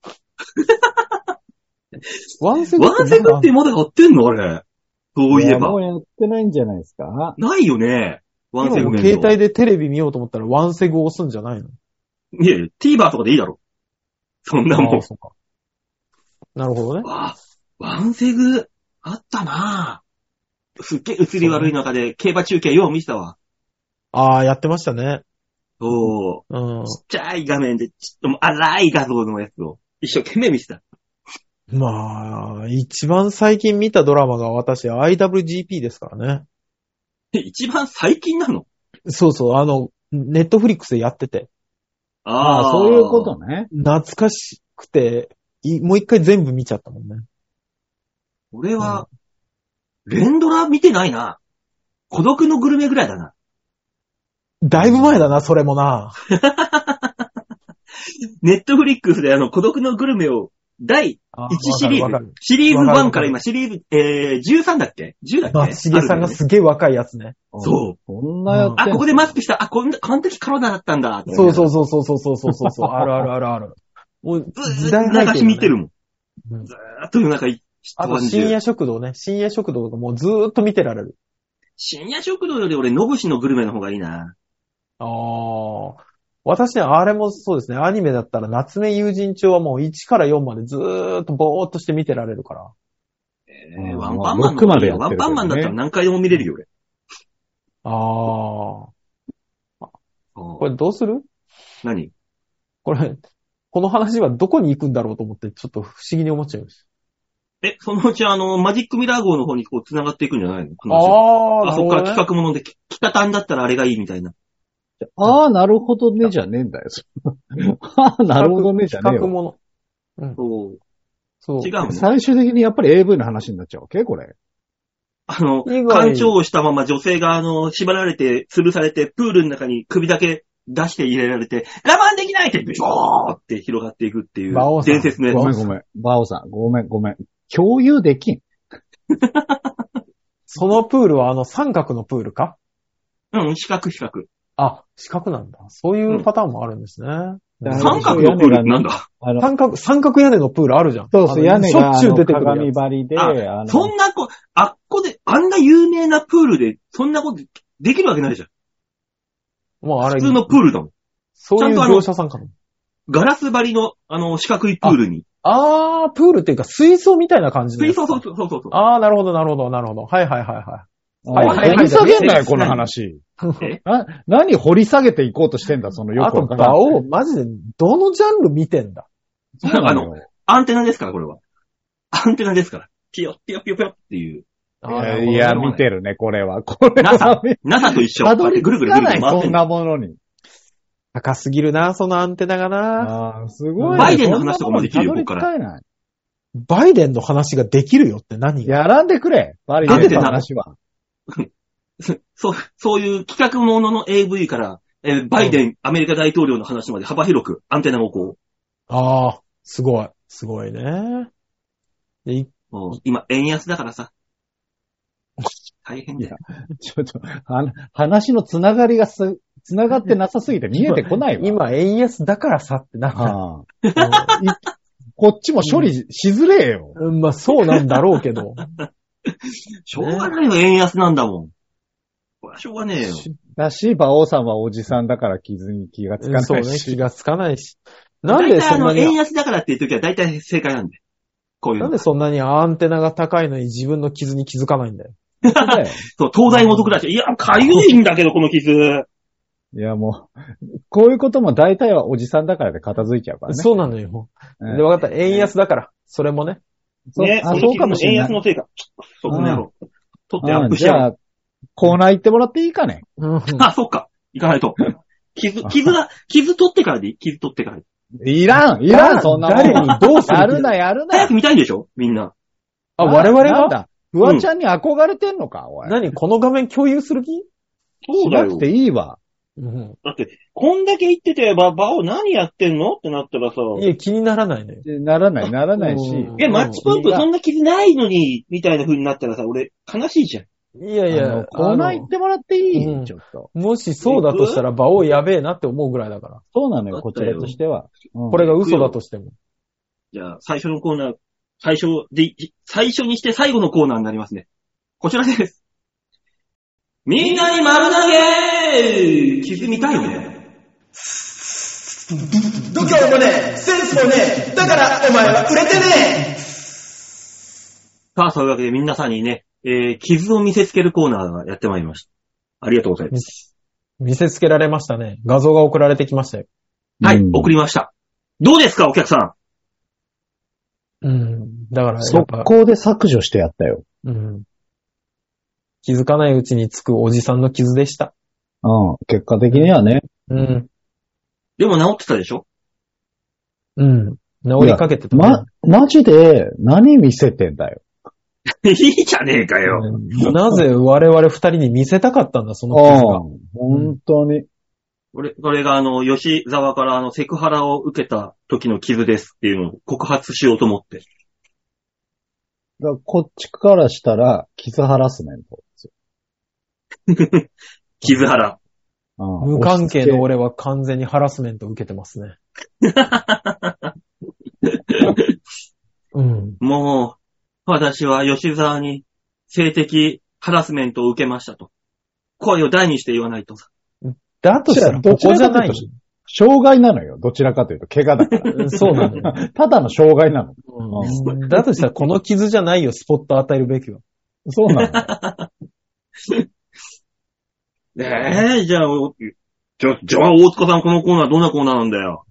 S2: ワンセグ
S1: ワンセグってまだやってんのあれ。そういえ
S3: やも
S1: ば。
S3: うやってないんじゃないですか。
S1: ないよね。ワンセグメント。
S2: 携帯でテレビ見ようと思ったらワンセグを押すんじゃないの
S1: いやいや、TVer とかでいいだろ。そんなも
S2: あ
S1: ん
S2: あ。そうかなるほどね。
S1: わあ、ワンセグ、あったなぁ。すっげえ映り悪い中で競馬中継よう見てたわ。
S2: ああ、やってましたね。
S1: そう。
S2: うん。
S1: ちっちゃい画面で、ちっとも荒い画像のやつを一生懸命見てた。
S2: まあ、一番最近見たドラマが私 IWGP ですからね。
S1: え一番最近なの
S2: そうそう、あの、ネットフリックスでやってて、
S3: ああ、そういうことね。。
S2: 懐かしくて、いもう一回全部見ちゃったもんね。
S1: 俺は、連ドラ見てないな。孤独のグルメぐらいだな。
S2: だいぶ前だな、それもな。
S1: ネットフリックスであの孤独のグルメを第
S2: あ
S1: 1シリー
S2: わかる
S1: ズ。シリーズ
S2: わかる
S1: 1から今シリーズ、えー、13だっけ ?10 だっけ
S2: 松重さんがすげえ若いやつね。
S1: そう
S3: こんなやって
S1: あ、
S3: んの
S1: ここでマスクした。あ、こんな、この時コロナだったんだ。
S2: そうそうそうそうそうそうそうそうそう。あるあるあるある。もう、
S1: ず
S2: 時
S1: ー
S2: 代
S1: っと流
S2: 背景
S1: し
S2: だね
S1: 見てるもん。
S2: うん
S1: ずーっと夜中一
S2: あと
S1: 晩中
S2: 深夜食堂ね。深夜食堂とかもうずーっと見てられる。
S1: 深夜食堂より俺、のぶしのグルメの方がいいな。
S2: ああ。私ね、あれもそうですね。アニメだったら夏目友人帳はもう1から4までずーっとぼーっとして見てられるから。
S1: えー
S3: うん
S1: ワンパンマンの
S3: ロックまでやって
S1: ワ
S3: るけどね
S1: ンパンマンだったら何回でも見れるよ、俺。
S2: ああ。こ
S1: これ
S2: れどうする
S1: 何
S2: これ、この話はどこに行くんだろうと思ってちょっと不思議に思っちゃいまし
S1: え、そのうちあの、マジックミラー号の方にこう繋がっていくんじゃないの
S2: た。
S1: あ。
S2: ああ、
S1: あ
S2: なる
S1: そっ
S2: ほ
S1: か
S2: ど
S1: ら
S2: ね
S1: 企画もので、き北たんだったらあれがいいみたいな。
S3: ああ、なるほどね、じゃねえ んだよ。ああ、なるほどね、じゃね
S2: 企
S3: え
S2: 画
S3: よ。
S2: もの。
S1: そう。
S2: そう。
S1: 違うの
S3: 最終的にやっぱり AV の話になっちゃうわけこれ。
S1: あの、
S2: 以外
S1: 干潮をしたまま女性があの、縛られて、吊るされて、プールの中に首だけ出して入れられて、我慢できないって、ビョーって広がっていくっていう
S2: 馬王、さん
S1: 伝説のやつ
S3: ごめんごめん。バオさん、ごめんごめん。共有できん。
S2: そのプールはあの三角のプールか
S1: うん、四角四角。
S2: あ、四角なんだ。そういうパターンもあるんですね。
S3: ん
S2: うん
S1: 三角のプールってなんだ
S3: あの、
S2: 三角、三角屋根のプールあるじゃん。
S3: そうそう、
S2: あ
S3: 屋
S2: の
S3: 根
S2: しょ
S3: が
S2: っ
S3: あ
S2: ちゅう
S3: の
S2: 出てくる
S3: 鏡
S2: やつ。
S3: 張りで、
S1: あ
S3: あの、
S1: そんなこ、あっこで、あんな有名なプールで、そんなことできるわけないじゃん。
S2: もうあれ、
S1: 普通のプールだもん。
S2: そういう
S1: ちゃんとあの
S2: 業者さんかも。
S1: ガラス張りの、あの、四角いプールに。
S2: あー、プールっていうか水槽みたいな感じのや
S1: 水
S2: つ
S1: 槽、そうそうそうそう。
S2: あー、なるほど、なるほど、なるほど。はいはいはいはい。はいはい
S3: 掘り下げんなよ、この話。
S1: え
S3: な、何掘り下げていこうとしてんだ、そのよ
S2: あ
S3: くわ
S2: と、
S3: から
S2: バ
S3: ん。
S2: オ、マジで、どのジャンル見てんだ
S3: そうなのよ
S1: アンテナですから、これは。アンテナですから。ピヨ、ピヨピヨピヨっていう。
S2: あー
S3: いや、
S2: なるほど
S3: 見てるね、これは。これは
S1: NASA、NASA と一緒。
S3: たどり
S1: ぐるぐ
S3: 着
S1: るぐ
S3: か
S1: るぐ
S3: ない、
S1: る回っ
S3: そ
S1: て
S3: ん
S1: んの
S3: なものに。
S2: 高すぎるな、そのアンテナがな。
S3: ああ、すごいね。
S2: バイ
S1: デンの話とかもできるよここから
S3: たどり着ない
S2: バイデンの話ができるよって何が
S3: やらんでくれ、バイデンの話は。
S1: そう、そういう企画ものの AV から、えーバイデン、アメリカ大統領の話まで幅広くアンテナをこ、
S2: ああ、すごい。すごいね。でいう
S1: うん今、円安だからさ。大変だよ。
S3: ちょっと、あの話のつながりがす、つながってなさすぎて見えてこないわ。
S2: 今、円安だからさってなった。
S3: はあいこっちも処理しづれえよ。
S2: うん、まあ、そうなんだろうけど。
S1: しょうがないよ、円安なんだもん。これはしょうがねえよ。
S3: だし、馬王さんはおじさんだから傷に気がつか
S2: そう
S3: ない
S2: ね、気
S3: し。
S2: がつかないし。なんでそんな
S1: 大体あの、円
S2: に、
S1: 安だからっていう時は大体正解なんで。こういう
S2: な
S1: の
S2: んでそんなにアンテナが高いのに自分の傷に気づかないんだよ。
S3: だよ
S1: そう、東大元くらいし、いや、かゆいんだけど、この傷。
S3: いや、もう、こういうことも大体はおじさんだからで片付いちゃうからね。
S2: そうなのよ。
S3: うん
S2: で、わかった。円安だから。それもね。
S3: そう
S1: ね、
S3: あ
S1: その
S3: そうかも
S1: 傷
S3: し
S1: の円
S3: れな
S1: 安
S3: い。
S1: のせいか。そう、この野郎。取ってア
S3: あ
S1: ップし
S3: じ
S1: ちゃ
S3: ゃ
S1: う。
S3: あ、コーナー行ってもらっていいかね。
S2: うん。
S1: あ、そっか。行かないと。傷、傷だ、傷取ってからでいい傷取ってからでいい。
S3: いらんい
S2: 誰
S3: ら
S2: に
S3: んそんなもん。
S2: 誰にどうする
S3: やるな、やるな。
S1: 早く見たいんでしょみんな。
S2: あ、我々
S3: なん
S2: が
S3: だフワちゃんに憧れてんのか、おい。
S2: 何この画面共有する気
S1: そ
S3: しなくていいわ。
S2: うん。
S1: だって、こんだけ言ってて、ば、ばを何やってんのってなったらさ、
S2: いや、気にならないのよ。
S3: ならない、ならないし。
S2: うん
S1: え、マッチポイントそんな傷ないのに、みたいな風になったらさ、俺、悲しいじゃん。
S2: いやい
S3: あの
S2: や、
S3: コーナー行ってもらっていい、
S2: うん
S3: ちょっと。
S2: もしそうだとしたら、馬王やべえなって思うぐらいだから。
S3: そうなの
S1: だ
S3: よ、
S1: ったよ
S3: こちらとしては。うん
S2: これが嘘だとしても。
S1: じゃあ、最初のコーナー、最初で、い最初にして最後のコーナーになりますね。こちらです。みんなに丸投げ傷みたいね。
S4: 度胸もねえ、センスもねえ、だからお前は売れてね
S1: さあ、そういうわけで皆さんにね、えー、傷を見せつけるコーナーがやってまいりました。ありがとうございます。
S2: 見せつけられましたね。画像が送られてきましたよ。
S3: うん
S1: はい、送りました。どうですか、お客さん。
S2: うん。だから、やっ
S3: 速
S2: ぱ、
S3: 攻で削除してやったよ。
S2: うん。気づかないうちにつくおじさんの傷でした。
S3: うん。結果的にはね。
S2: うん。
S1: でも治ってたでしょ
S2: うん。治りかけてた。
S3: ま、マジで何見せてんだよ。
S1: いいじゃねえかよ。
S2: うんなぜ我々二人に見せたかったんだ、その傷が。
S3: うん。本当に。
S1: 俺、これがあの、吉沢からあの、セクハラを受けた時の傷ですっていうのを告発しようと思って。
S3: だからこっちからしたら、キスハラスメントですよ。
S1: 傷腹。
S3: うん
S2: 無関係の
S3: 押し
S2: 俺は完全にハラスメントを受けてます ね。うん。
S1: もう、私は吉沢に性的ハラスメントを受けましたと。声を大にして言わないとさ。
S2: だとしたら、ここじゃない
S3: どちらかというと。付け障害なのよ。どちらかというと、怪我 だから。
S2: うんそうなのよ。
S3: ただの障害なの。
S2: うんだとしたら、この傷じゃないよ、スポット与えるべきは。
S3: そうなのよ。
S1: ねえ、じゃあ、おじゃあ、じゃあ、大塚さんこのコーナーどんなコーナーなんだよ。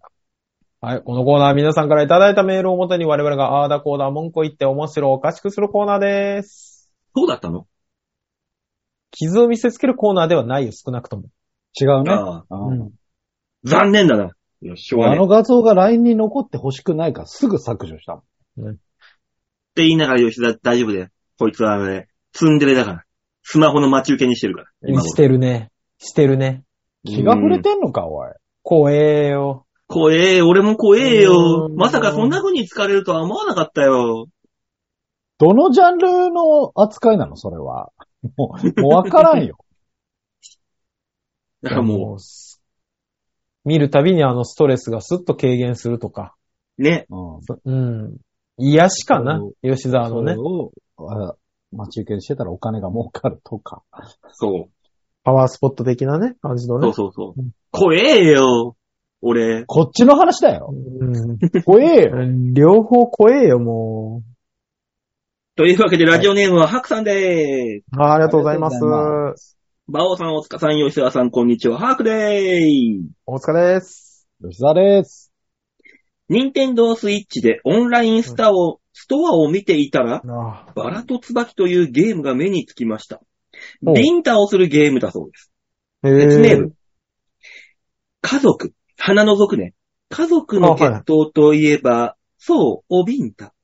S2: はい、このコーナーは皆さんからいただいたメールをもとに我々があーだこーだ文句を言って面白おかしくするコーナーです。
S1: そうだったの
S2: 傷を見せつけるコーナーではないよ、少なくとも。
S3: 違うね。
S1: ああ、
S3: うん
S1: 残念だな。よし、しょうが
S3: あ
S1: ねえ。っ
S3: の画像が LINE に残って欲しくないからすぐ削除したもん。
S1: て言いながら吉沢大丈夫だよ。こいつはね、ツンデレだから。スマホの待ち受けにしてるから。今頃
S2: してるね。してるね。
S3: 気が触れてんのか、おい。
S2: 怖えよ。
S1: 怖え、俺も怖えよ
S2: う。ん
S1: まさかそんな風に疲れるとは思わなかったよ。
S3: どのジャンルの扱いなの、それは。もう、もうわからんよ。
S1: だからも
S2: う。見るたびにあのストレスがスッと軽減するとか。
S1: う、ね。
S3: うん。
S2: うん。癒しかな
S3: そ、
S2: 吉沢の
S3: それ
S2: ね。
S3: を、あ待ち受けしてたらお金が儲かるとか。
S1: そう。
S2: パワースポット的なね、感じの
S1: そ
S2: ね
S1: う。そうそう
S2: うん。
S1: 怖えよ。俺。
S3: こっちの話だよ。
S2: うん
S3: 怖えよ。
S2: 両方怖えよ、も
S1: というわけで、ラジオネームはハクさんでーす。
S2: あありがとうございます。
S3: ありがとうございま
S1: バオさん、おつかさん、吉沢さん、こんにちは。ハクでーす。
S2: お疲れです。
S3: 吉沢です。
S1: 任天堂スイッチでオンラインスタを、ストアを見ていたら、
S2: あ
S1: バラと椿というゲームが目につきました。
S2: お
S1: ビンタをするゲームだそうです。
S2: えー
S1: 説明文。家族、花の族ね。家族の
S2: あはい
S1: 決闘といえば、そう、おビンタ。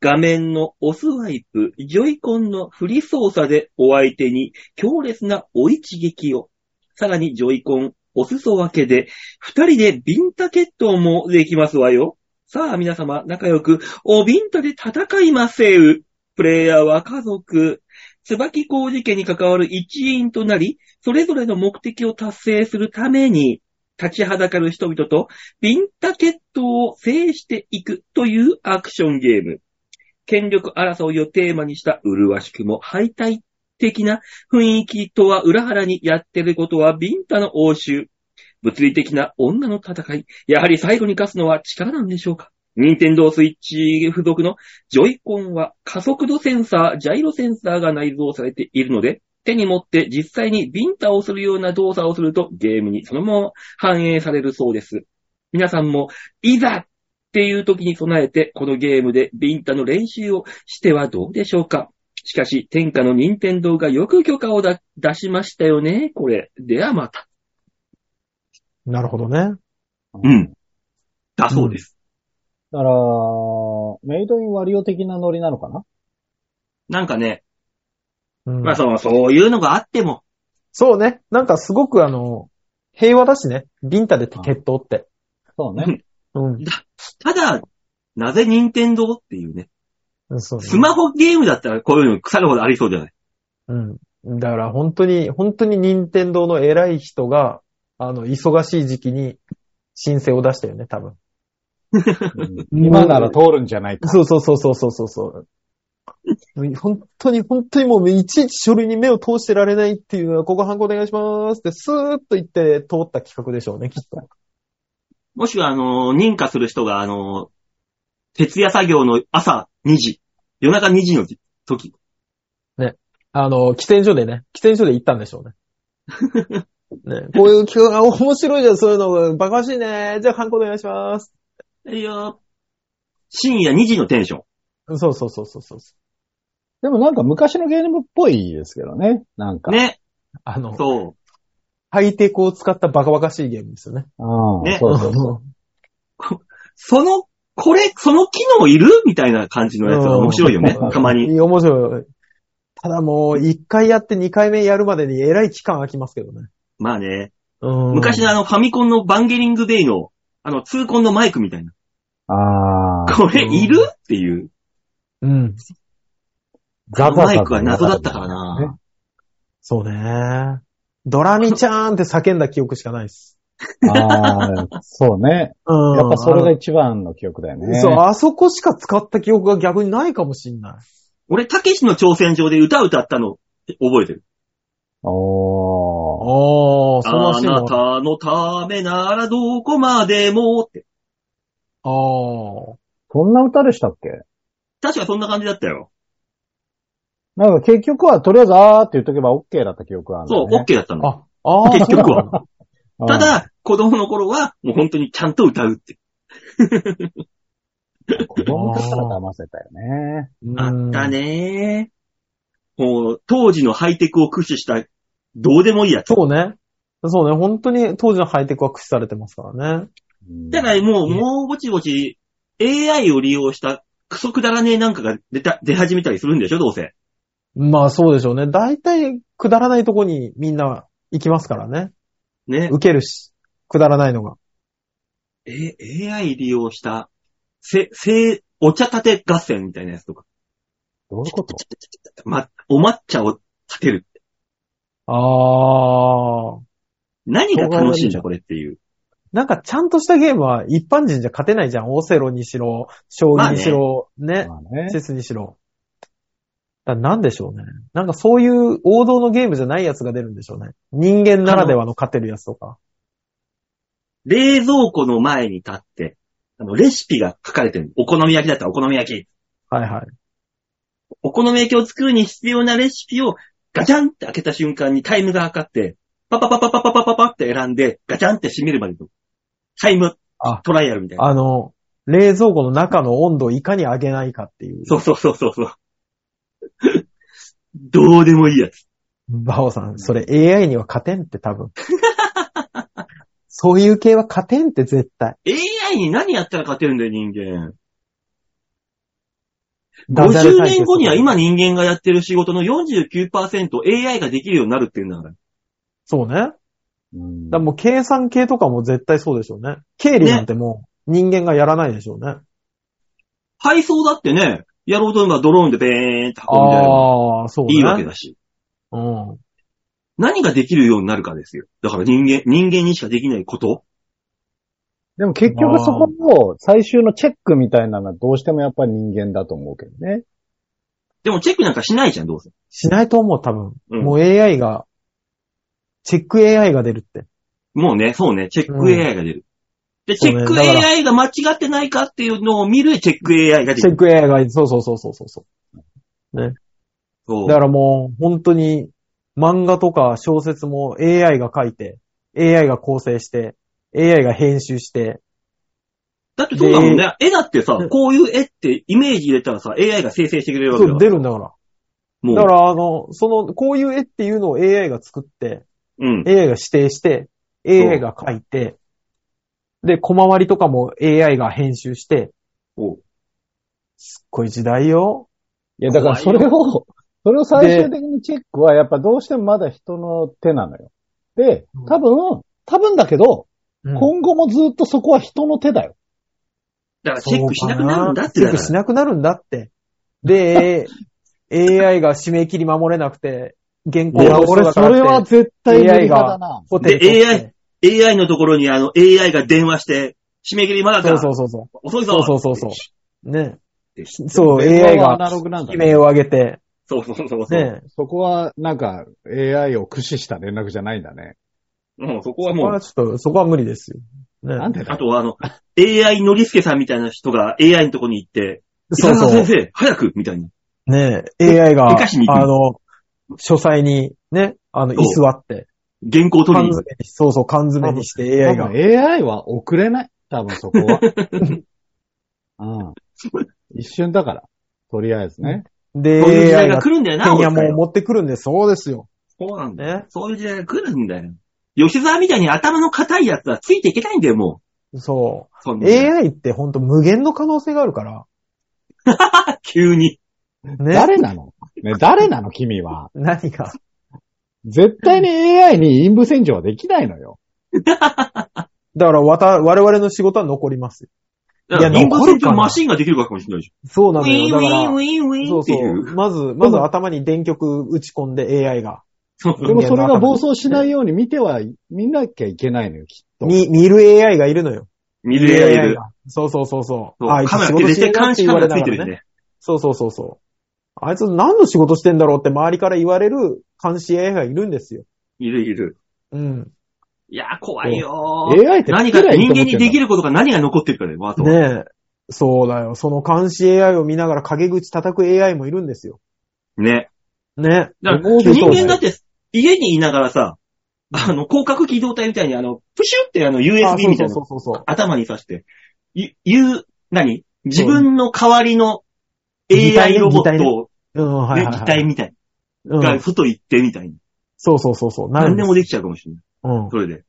S1: 画面のオスワイプ、ジョイコンの振り操作でお相手に強烈な追い一撃を。さらにジョイコン、お裾分けで、二人でビンタ決闘もできますわよ。さあ皆様、仲良く、おビンタで戦いませう。プレイヤーは家族、椿工事家に関わる一員となり、それぞれの目的を達成するために、立ちはだかる人々と、ビンタ決闘を制していくというアクションゲーム。権力争いをテーマにした麗しくも敗退的な雰囲気とは裏腹にやってることはビンタの応酬。物理的な女の戦い。やはり最後に勝つのは力なんでしょうか任天堂スイッチ付属のジョイコンは加速度センサー、ジャイロセンサーが内蔵されているので、手に持って実際にビンタをするような動作をするとゲームにそのまま反映されるそうです。皆さんも、いざっていう時に備えて、このゲームでビンタの練習をしてはどうでしょうかしかし、天下の任天堂がよく許可をだ出しましたよね、これ。ではまた。
S2: なるほどね。
S1: うん。だそうです。
S3: だから、メイドインワリオ的なノリなのかな
S1: なんかね、
S2: うん
S1: まあその、そういうのがあっても、
S2: そうね。なんかすごくあの、平和だしね。ビンタで決闘って。
S3: そう
S1: うん
S3: ね。
S2: うん。
S1: ただ、なぜ任天堂っていうね。
S2: そうね
S1: スマホゲームだったらこういうの腐るほどありそうじゃない
S2: うん。だから本当に、本当に任天堂の偉い人が、あの、忙しい時期に申請を出したよね、多分。
S3: うん今なら通るんじゃないか。
S2: そうそうそうそうそうそうそう。本当に、本当にもう、いちいち書類に目を通してられないっていうのは、ここハンコお願いしますって、スーッと言って通った企画でしょうね、きっと。
S1: もしくは、あの、認可する人が、あの、徹夜作業の朝2時、夜中2時の時。
S2: あの、喫煙所でね、喫煙所で行ったんでしょうね。 ねこういう企画が面白いじゃん、そういうの、バカらしいね。じゃあ、ハンコお願いします。
S1: いや深夜2時のテンション。
S2: そうそうそうそうそう。
S3: でもなんか昔のゲームっぽいですけどね。なんか。。
S1: ね。
S2: あの、
S1: そ
S2: ハイテクを使ったバカバカしいゲームですよね。
S3: うん。
S1: ね
S3: そうそうそう。
S1: う。その、これ、その機能いるみたいな感じのやつが面白いよね
S2: うん。
S1: たまに。
S2: いや面白い。ただもう、一回やって二回目やるまでにえらい期間空きますけどね。
S1: まあね。
S2: うん
S1: 昔のあの、ファミコンのバンゲリングデイの、あの、痛恨のマイクみたいな。
S3: ああ。
S1: これいるっていう。
S2: うん。
S1: あのマイクは謎だったからな。
S2: そうね。ドラミちゃーんって叫んだ記憶しかないです。
S3: ああ、そうね。
S2: うん
S3: やっぱそれが一番の記憶だよね。
S2: そう、あそこしか使った記憶が逆にないかもしんない。
S1: 俺、たけしの挑戦状で歌歌ったの覚えてる。
S3: お
S2: あ
S3: ー。
S2: あ、その
S1: あ
S2: シーン
S1: な
S2: は。あ
S1: たのためならどこまでもって。
S2: あー。
S3: そんな歌でしたっけ
S1: 確かそんな感じだったよ。
S3: なんか結局はとりあえずあーって言っとけば OK だった記憶があるんだ
S1: そう
S3: よ、ね。
S1: OK だったの。
S2: あ、ああ。
S1: 結局は
S2: そうなんだ。
S3: うん
S1: た、だ、子供の頃は、もう本当にちゃんと歌うって。
S3: 子供だから騙せたよね。
S1: あった
S2: うん。
S1: ねー。もう、当時のハイテクを駆使した、どうでもいいやつ。
S2: そうね。そうね。本当に当時のハイテクは駆使されてますからね。
S1: だからもう、もうぼちぼち、AI を利用した、クソくだらねえなんかが出た、出始めたりするんでしょ、どうせ。
S2: まあそうでしょうね。大体くだらないとこにみんな行きますからね。
S1: ね。
S2: 受けるし。くだらないのが。
S1: え、AI 利用した、せ、せ、お茶立て合戦みたいなやつ とか。
S3: どういうこと
S1: ま、お抹茶を立てる。
S2: ああ。
S1: 何が楽しいんだ、これっていう。
S2: なんかちゃんとしたゲームは一般人じゃ勝てないじゃん。オセロにしろ、将棋にしろ、ね。
S3: まあね
S2: チェスにしろ。だなんでしょうね。なんかそういう王道のゲームじゃないやつが出るんでしょうね。人間ならではの勝てるやつとか。
S1: 冷蔵庫の前に立って、あの、レシピが書かれてる。お好み焼きだったらお好み焼き。
S2: はいはい。
S1: お好み焼きを作るに必要なレシピをガチャンって開けた瞬間にタイムが測って、パパパパパパパパパって選んで、ガチャンって閉めるまでの、タイム
S2: あ
S1: トライアルみたいな。
S2: あの、冷蔵庫の中の温度をいかに上げないかっていう。
S1: そうそうそうそう そう。どうでもいいやつ。
S2: バオさん、それ AI には勝てんって 多分。そういう系は勝てんって絶対。
S1: AI に何やったら勝てるんだよ、人間。
S2: ダジャレ
S1: 50
S2: 対決
S1: 年後には今人間がやってる仕事の 49%AI ができるようになるっていうんだから。
S2: そうね。だか
S3: うん
S2: らもう計算系とかも絶対そうでしょうね。経理なんてもう人間がやらないでしょうね。
S1: 配送だってね、やろうと思えばドローンでベーンって運んでやれば
S2: ああ、そうね。
S1: いいわけだし。
S2: うん。
S1: 何ができるようになるかですよ。だから人間、人間にしかできないこと。
S3: でも結局そこを最終のチェックみたいなのはどうしてもやっぱり人間だと思うけどね。
S1: でもチェックなんかしないじゃん、どうせ。
S2: しないと思う、多分。
S1: うん
S2: もう AI が、チェック AI が出るって。
S1: もうね、そうね、チェッ
S2: う
S1: ク
S2: ん
S1: AI が出る。で、チェッ
S2: そう
S1: ク
S2: ねだから
S1: AI が間違ってないかっていうのを見るチェック AI がで
S2: チ
S1: き
S2: ェッ
S1: る。
S2: ク AI が、そうそうそうそうそうそ
S1: そう
S2: う。だからもう、本当に、漫画とか小説も AI が書いて、AI が構成して、AI が編集して、
S1: だってそうだもんね。絵だってさ、こういう絵ってイメージ入れたらさ、AI が生成してくれるわ
S2: そ
S1: けだ
S2: う、
S1: から。
S2: 出るんだから。
S1: もう。
S2: だから、あの、その、こういう絵っていうのを AI が作って、
S1: うん。
S2: AI が指定して、AI が書いて、で、小回りとかも AI が編集して、
S1: こう
S2: すっごい時代よ。
S3: いや、だからそれを、それを最終的にチェックはやっぱどうしてもまだ人の手なのよ。で
S2: うん、
S3: 多分、多分だけど、
S2: うん
S3: 今後もずっとそこは人の手だよ。
S1: だからチェックしなくなるんだって
S2: チェ
S1: だ
S2: ッ
S1: か
S2: ク
S1: ら
S2: しなくなるんだって。 で、AI が締め切り守れなくて、原稿
S3: いや、
S2: の
S3: 俺それは絶対無理派だな。
S2: ホテル取って
S1: AI AI のところにあの AI が電話して、締め切りまだ
S2: そう
S1: か、
S2: そうそうそ。
S1: 遅いうぞ
S2: そうそうそうそう。ね。
S1: って
S2: そう、AI
S3: は
S2: が
S3: アナログなんだ
S2: 悲
S3: ね。
S2: 鳴を上げて、
S1: そうそうそうそう。
S2: ね。
S3: そこは、なんか、AI を駆使した連絡じゃないんだね。
S1: うん、そこ
S2: そ
S1: は
S2: こ
S1: もう
S2: は、ちょっと、そこは無理ですよ。ね。
S3: なんでだ
S1: あ
S3: よ。
S1: とはあの、AI のりすけさんみたいな人が AI のとこに行って、
S2: そう
S1: 伊沢
S2: そう。
S1: 先生、早くみたいな。
S2: ね AI が、
S1: 生かしに行く
S2: あの、書斎に、ね、あの、居
S1: そ
S2: 座って、
S1: 原稿を取
S2: 缶
S1: りに行
S2: 詰
S1: く。
S2: に、そうそう、缶詰にして AI
S3: 多
S2: が。
S3: 分 AI は遅れない。多分そ こは。うん。一瞬だから。とりあえずね。
S1: そう
S2: で、
S1: いう時代
S2: AI
S1: が
S2: が、
S1: 来るんだよな、
S2: 天
S1: 大
S2: 夜
S1: 塚
S2: も
S1: よ
S2: 持ってくるんで、そうですよ。
S1: そうなんだよ。
S2: ね。
S1: そういう時代が来るんだよ。吉沢みたいに頭の硬いやつはついていけないんだよ、も。
S2: そう
S1: そん
S2: う。
S1: な
S2: AI ってほんと無限の可能性があるから。
S1: 急に。
S2: ね。
S3: 誰なのね、誰なの君は。
S2: 何が
S3: 絶対に AI に陰部洗浄はできないのよ。
S2: だからわた、我々の仕事は残りますよ。
S1: だから
S2: いや
S1: 人工
S2: 残
S1: 洗
S2: るか
S1: 浄
S2: な
S1: マシンができるかもしれないじ
S2: そう
S1: ゃ。
S2: なん
S1: ウ
S2: のよ。
S1: ィン
S2: だ
S1: ウ
S2: か
S1: ィンウ
S2: ら、
S1: ィンウィ
S2: そ
S1: ン
S2: う
S1: って
S2: そ
S1: いう。
S2: う。まず、まず頭に電極打ち込んで AI が。
S1: そう
S3: でもそれが暴走しないように見ては、見なきゃいけないのよ、きっと。
S2: に、見る AI がいるのよ。
S1: 見れるやる。
S2: が。そうそうそうそう。
S1: そうカメラって絶対監視カメラついてるよね。
S2: そうそうそうそう。あいつ何の仕事してんだろうって周りから言われる監視 AI がいるんですよ。
S1: いるいる。
S2: うん。
S1: いやー、怖いよー。
S3: AI って
S1: 何か人間にでき
S3: る。
S1: ることが何が残ってるかだよ、あと。
S2: ねえ。そうだよ。その監視 AI を見ながら陰口叩く AI もいるんですよ。
S1: ね。
S2: ね。
S1: だから
S3: 思うと
S1: 人間だって家にいながらさ、あの、広角機動隊みたいにあの、プシュってあの、
S2: あ
S1: USB みたいな
S2: そうそうそうそう。
S1: 頭に刺して、い言う、何自分の代わりの
S2: 擬態
S1: AI
S2: ね
S1: ロボットを、
S2: うん、はい
S1: ね、
S2: はい、
S1: 擬
S2: はい
S1: 態みたい
S2: うん
S1: が、外行ってみたいに。
S2: そうそうそうそう。なる
S1: 何
S2: ん
S1: でもできちゃうかもしれない。
S2: うん。
S1: それで。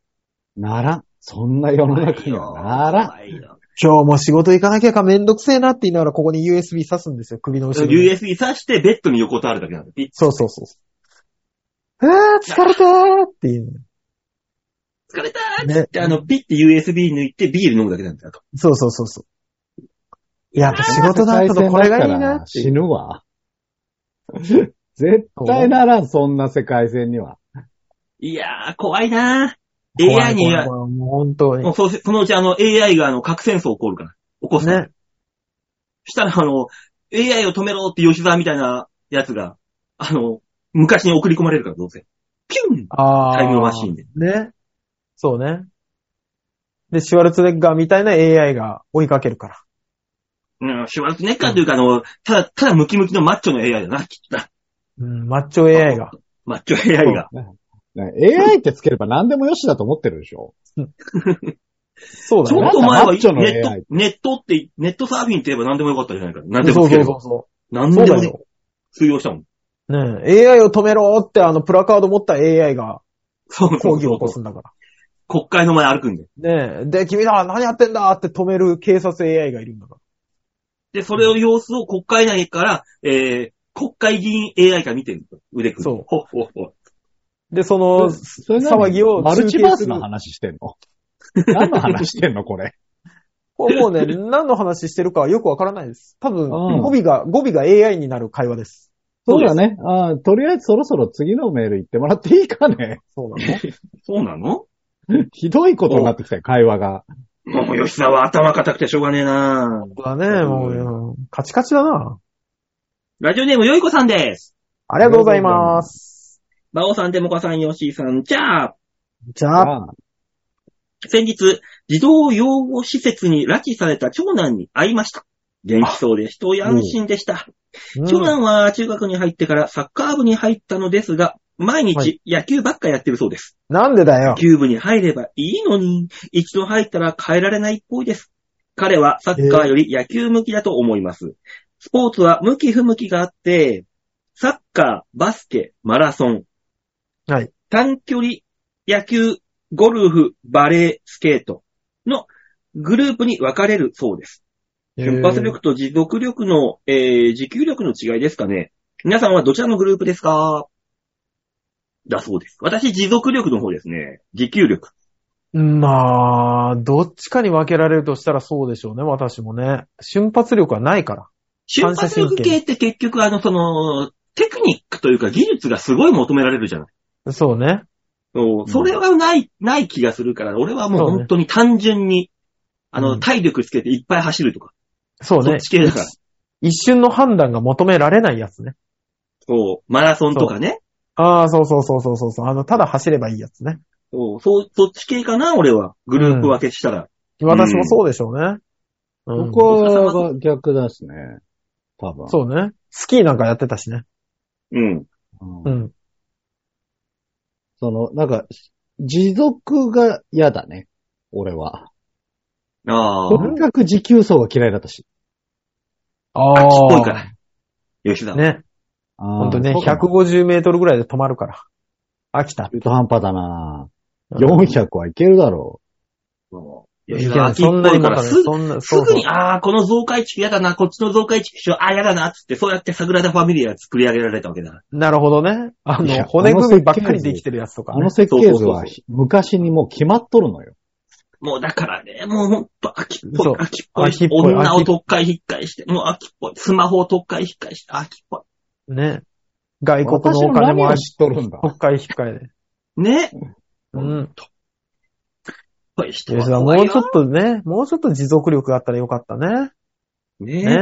S3: ならん。そんな世の中にはならん。
S1: 怖いよ
S2: 今日も仕事行かなきゃかめんどくせえなって言いながらここに USB 刺すんですよ、首の後ろに。
S1: USB 挿してベッドに横たわるだけなんだ。ピッ
S2: そうそうそうそう。あー疲れたーっていう。
S1: 疲れたーっ
S2: ね
S1: つって、あの、ピッて USB 抜いてビール飲むだけなんだよ。あと
S2: そうそうそうそう。やっぱ仕事だったのこれがいいなっていう
S3: 死ぬわ。絶対ならん、そんな世界線には。
S1: いやー、怖いなー。
S2: 怖
S1: AI
S2: い
S1: には
S2: 怖い、怖いもう本当
S1: も
S2: に
S1: う。そうせそのうちあの AI があの核戦争起こるから。起こすから。
S2: ね。
S1: したらあの、AI を止めろって吉沢みたいなやつが、あの、昔に送り込まれるからどうせ。ピュン
S2: あー。
S1: タイムマシーンで。
S2: ね。そうね。で、シュワルツェネッガーみたいな AI が追いかけるから。
S1: うん、シュワルツェネッカーというか、あの、ただ、ただムキムキのマッチョの AI だな、きっとな。
S2: うん、マッチョ AI が。
S1: マッチョ AI が。
S3: ね AI ってつければ何でもよしだと思ってるでしょ
S2: そうだ
S1: ち
S2: ね
S1: ょっ。と前は
S3: マッチョの
S1: ネット
S3: AI、
S1: ネットって、ネットサーフィンって言えば何でもよかったじゃないか。何で
S2: そ
S1: も
S2: う
S1: つけれ
S2: そう
S1: ば。
S2: そ
S1: 何
S2: う。そう
S1: でも
S2: だ
S1: ね
S2: よ。
S1: 通用したもん。
S2: ねえ AI を止めろってあのプラカード持った AI が
S1: そうそうそう
S2: 抗議を起こすんだか
S1: 国会の前歩くんで。
S2: ら。ねえ。で、君ら何やってんだって止める警察 AI がいるんだか
S1: で、それを様子を国会内から、えー、国会議員 AI が見てるんですよ。腕組んで
S2: そう
S1: ほっほっほ。
S2: ら。で、その、
S3: それ何
S2: 騒ぎを
S3: マルチバースの
S2: 中
S3: 話してんの何の話してんの これ。
S2: これも うね、何の話してるかはよくわからないです。多分、
S3: うん
S2: 語尾が、語尾が AI になる会話です。
S3: そうだね。あーとりあえずそろそろ次のメール行ってもらっていいかね。
S2: そうなの
S1: そうなの
S3: ひどいことになってきたよ、会話が。
S1: もう吉沢頭固くてしょうがねえな
S2: そうだね、もう、うんカチカチだな。
S1: ラジオネームよいこさんです。
S2: ありがとうございます。
S1: 馬王さん、デモカさん、ヨッシーさん、じゃあ、
S2: じゃあ、
S3: あ
S1: 先日、児童養護施設に拉致された長男に会いました。元気そうで一人安心でした。
S2: うん
S1: 長男は中学に入ってからサッカー部に入ったのですが、毎
S2: は
S1: 日
S2: い
S1: 野球ばっかやってるそうです。
S2: なんでだよ。
S1: 野球部に入ればいいのに、一度入ったら変えられないっぽいです。彼はサッカーより野球向きだと思います。スポーツは向き不向きがあって、サッカー、バスケ、マラソン。
S2: はい
S1: 短距離、野球、ゴルフ、バレー、スケートのグループに分かれるそうです。瞬発力と持続力の、えー、持久力の違いですかね。皆さんはどちらのグループですかだそうです。私、持続力の方ですね。持久力。
S2: まあ、どっちかに分けられるとしたらそうでしょうね、私もね。瞬発力はないから。
S1: 瞬発力系って結局、あの、その、テクニックというか技術がすごい求められるじゃない。
S2: そうね。
S1: そうそれはない、ない気がするから、俺はもう
S2: そうね
S1: 本当に単純に、あ
S2: う
S1: の、
S2: ん
S1: 体力つけていっぱい走るとか。
S2: そう
S1: そ
S2: ね
S1: っ。ち系 だから。
S2: 一瞬の判断が求められないやつね。
S1: そう、マラソンとかね。
S2: ああ、そうそうそうそうそうそう。あの、ただ走ればいいやつね。
S1: そう、そうそっち系かな、俺は。グループ分けしたら。
S2: 私もそうでしょうね。うん
S3: 僕は逆だしね。多分。
S2: そうね。スキーなんかやってたしね。
S1: うん。
S3: うん
S2: うん。
S3: その、なんか、持続が嫌だね。俺は。
S1: あ
S3: と
S1: あ。
S3: にかく持久走が嫌いだったし。
S2: あ
S1: 秋っぽいから。吉田。
S2: ね。ほ
S3: 本
S2: んとね、
S3: 100。
S2: 150メートルぐらいで止まるから。飽きた。
S3: 中途半端だな
S2: うん
S3: 400はいけるだろ
S1: 吉
S2: い
S1: 田
S2: や
S1: 秋っ
S2: そ
S1: ぽ
S2: んなに
S1: いか
S2: ま
S1: ら
S2: たね、
S1: すぐ、
S2: そんな、
S1: す
S2: そう
S1: ぐ
S2: そう
S1: に、ああ、この増改築やだな、こっちの増改築しよう、ああ、やだな、つって、そうやって桜田ファミリア作り上げられたわけだ。
S2: なるほどね。あ
S3: い
S2: の、
S3: や
S2: 骨組みばっかりできてるやつと
S3: う。
S2: か
S3: あ
S2: ね
S3: の。設計図
S1: そうそうそ
S3: は
S1: う
S3: 昔にもう決まっとるのよ。
S1: もうだからね、もうほんと秋っぽ
S2: そ
S1: い、
S2: う
S1: 秋っぽい
S2: 秋っ。ぽい
S1: 女を特会引っかえして、もう秋っぽい。スマホを特会引っかえして、秋っぽ
S2: ね。外国
S3: 私
S2: のお金も
S3: 何を
S2: あ
S3: 知っとるんだ。
S2: 国会控えで。
S1: い。ね。
S2: うん。
S1: こういう人は
S2: 吉田、
S1: 怖い
S2: もう
S1: よ
S2: ちょっとね、もうちょっと持続力があったらよかったね。
S1: ね。
S2: ね。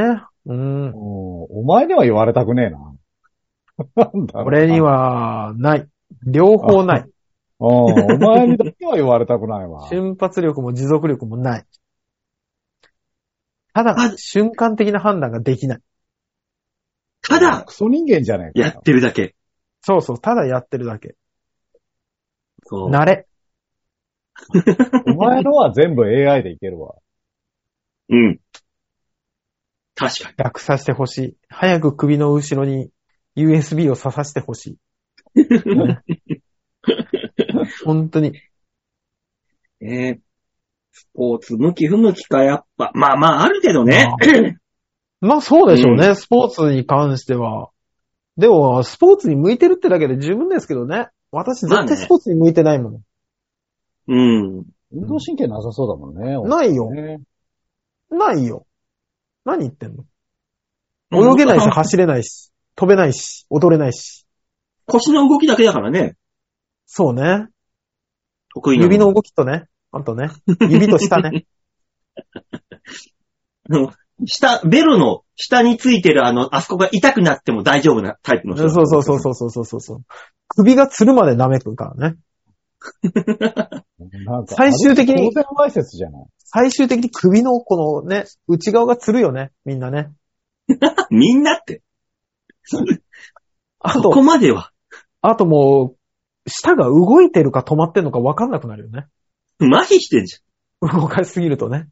S2: うん。
S3: おお前には言われたくねえな。なんだろうな
S2: 俺に。は、ない。両方ない。
S3: うんお前にだけは言われたくないわ。
S2: 瞬発力も持続力もない。ただ
S1: あ、
S2: 瞬間的な判断ができない。
S1: ただ、
S3: クソ人間じゃねえか
S1: や
S3: よ
S1: っ。てるだけ。
S2: そうそう、ただやってるだけ。
S1: そう。
S2: 慣れ。
S3: お前のは全部 AI でいけるわ。
S1: うん。確かに。
S2: 楽させてほしい。早く首の後ろに USB を刺させてほしい。 ね本当に。
S1: ねスポーツ、向き不向きか、やっぱ。まあまあ、あるけどね。
S2: まあそうでしょうね、スポーツに関しては。でも、スポーツに向いてるってだけで十分ですけどね。私
S1: まあ
S2: 絶
S1: ね
S2: 対スポーツに向いてないもん。
S1: うん。
S3: 運動神経なさそうだもんね。
S2: ないよ。
S3: ね
S2: ないよ。何言ってんの泳げないし、走れないし、飛べないし、踊れないし。
S1: 腰の動きだけだからね。
S2: そうね。
S1: 得意な
S2: 指の動きとね。あとね。指と下 ね。
S1: 下、ベロの下についてるあの、あそこが痛くなっても大丈夫なタイプの
S2: そ
S1: 人。
S2: うそうそうそうそうそうそうそう。首がつるまで舐めくからね。
S3: なんか
S2: 最終的に
S3: 当然わいせつじゃない。
S2: 最終的に首のこのね、内側がつるよね、みんなね。
S1: みんなって。
S2: あ、
S1: ことこまでは。
S2: あともう、舌が動いてるか止まってんのか分かんなくなるよね。
S1: 麻痺してんじ
S2: 動かしすぎると ね。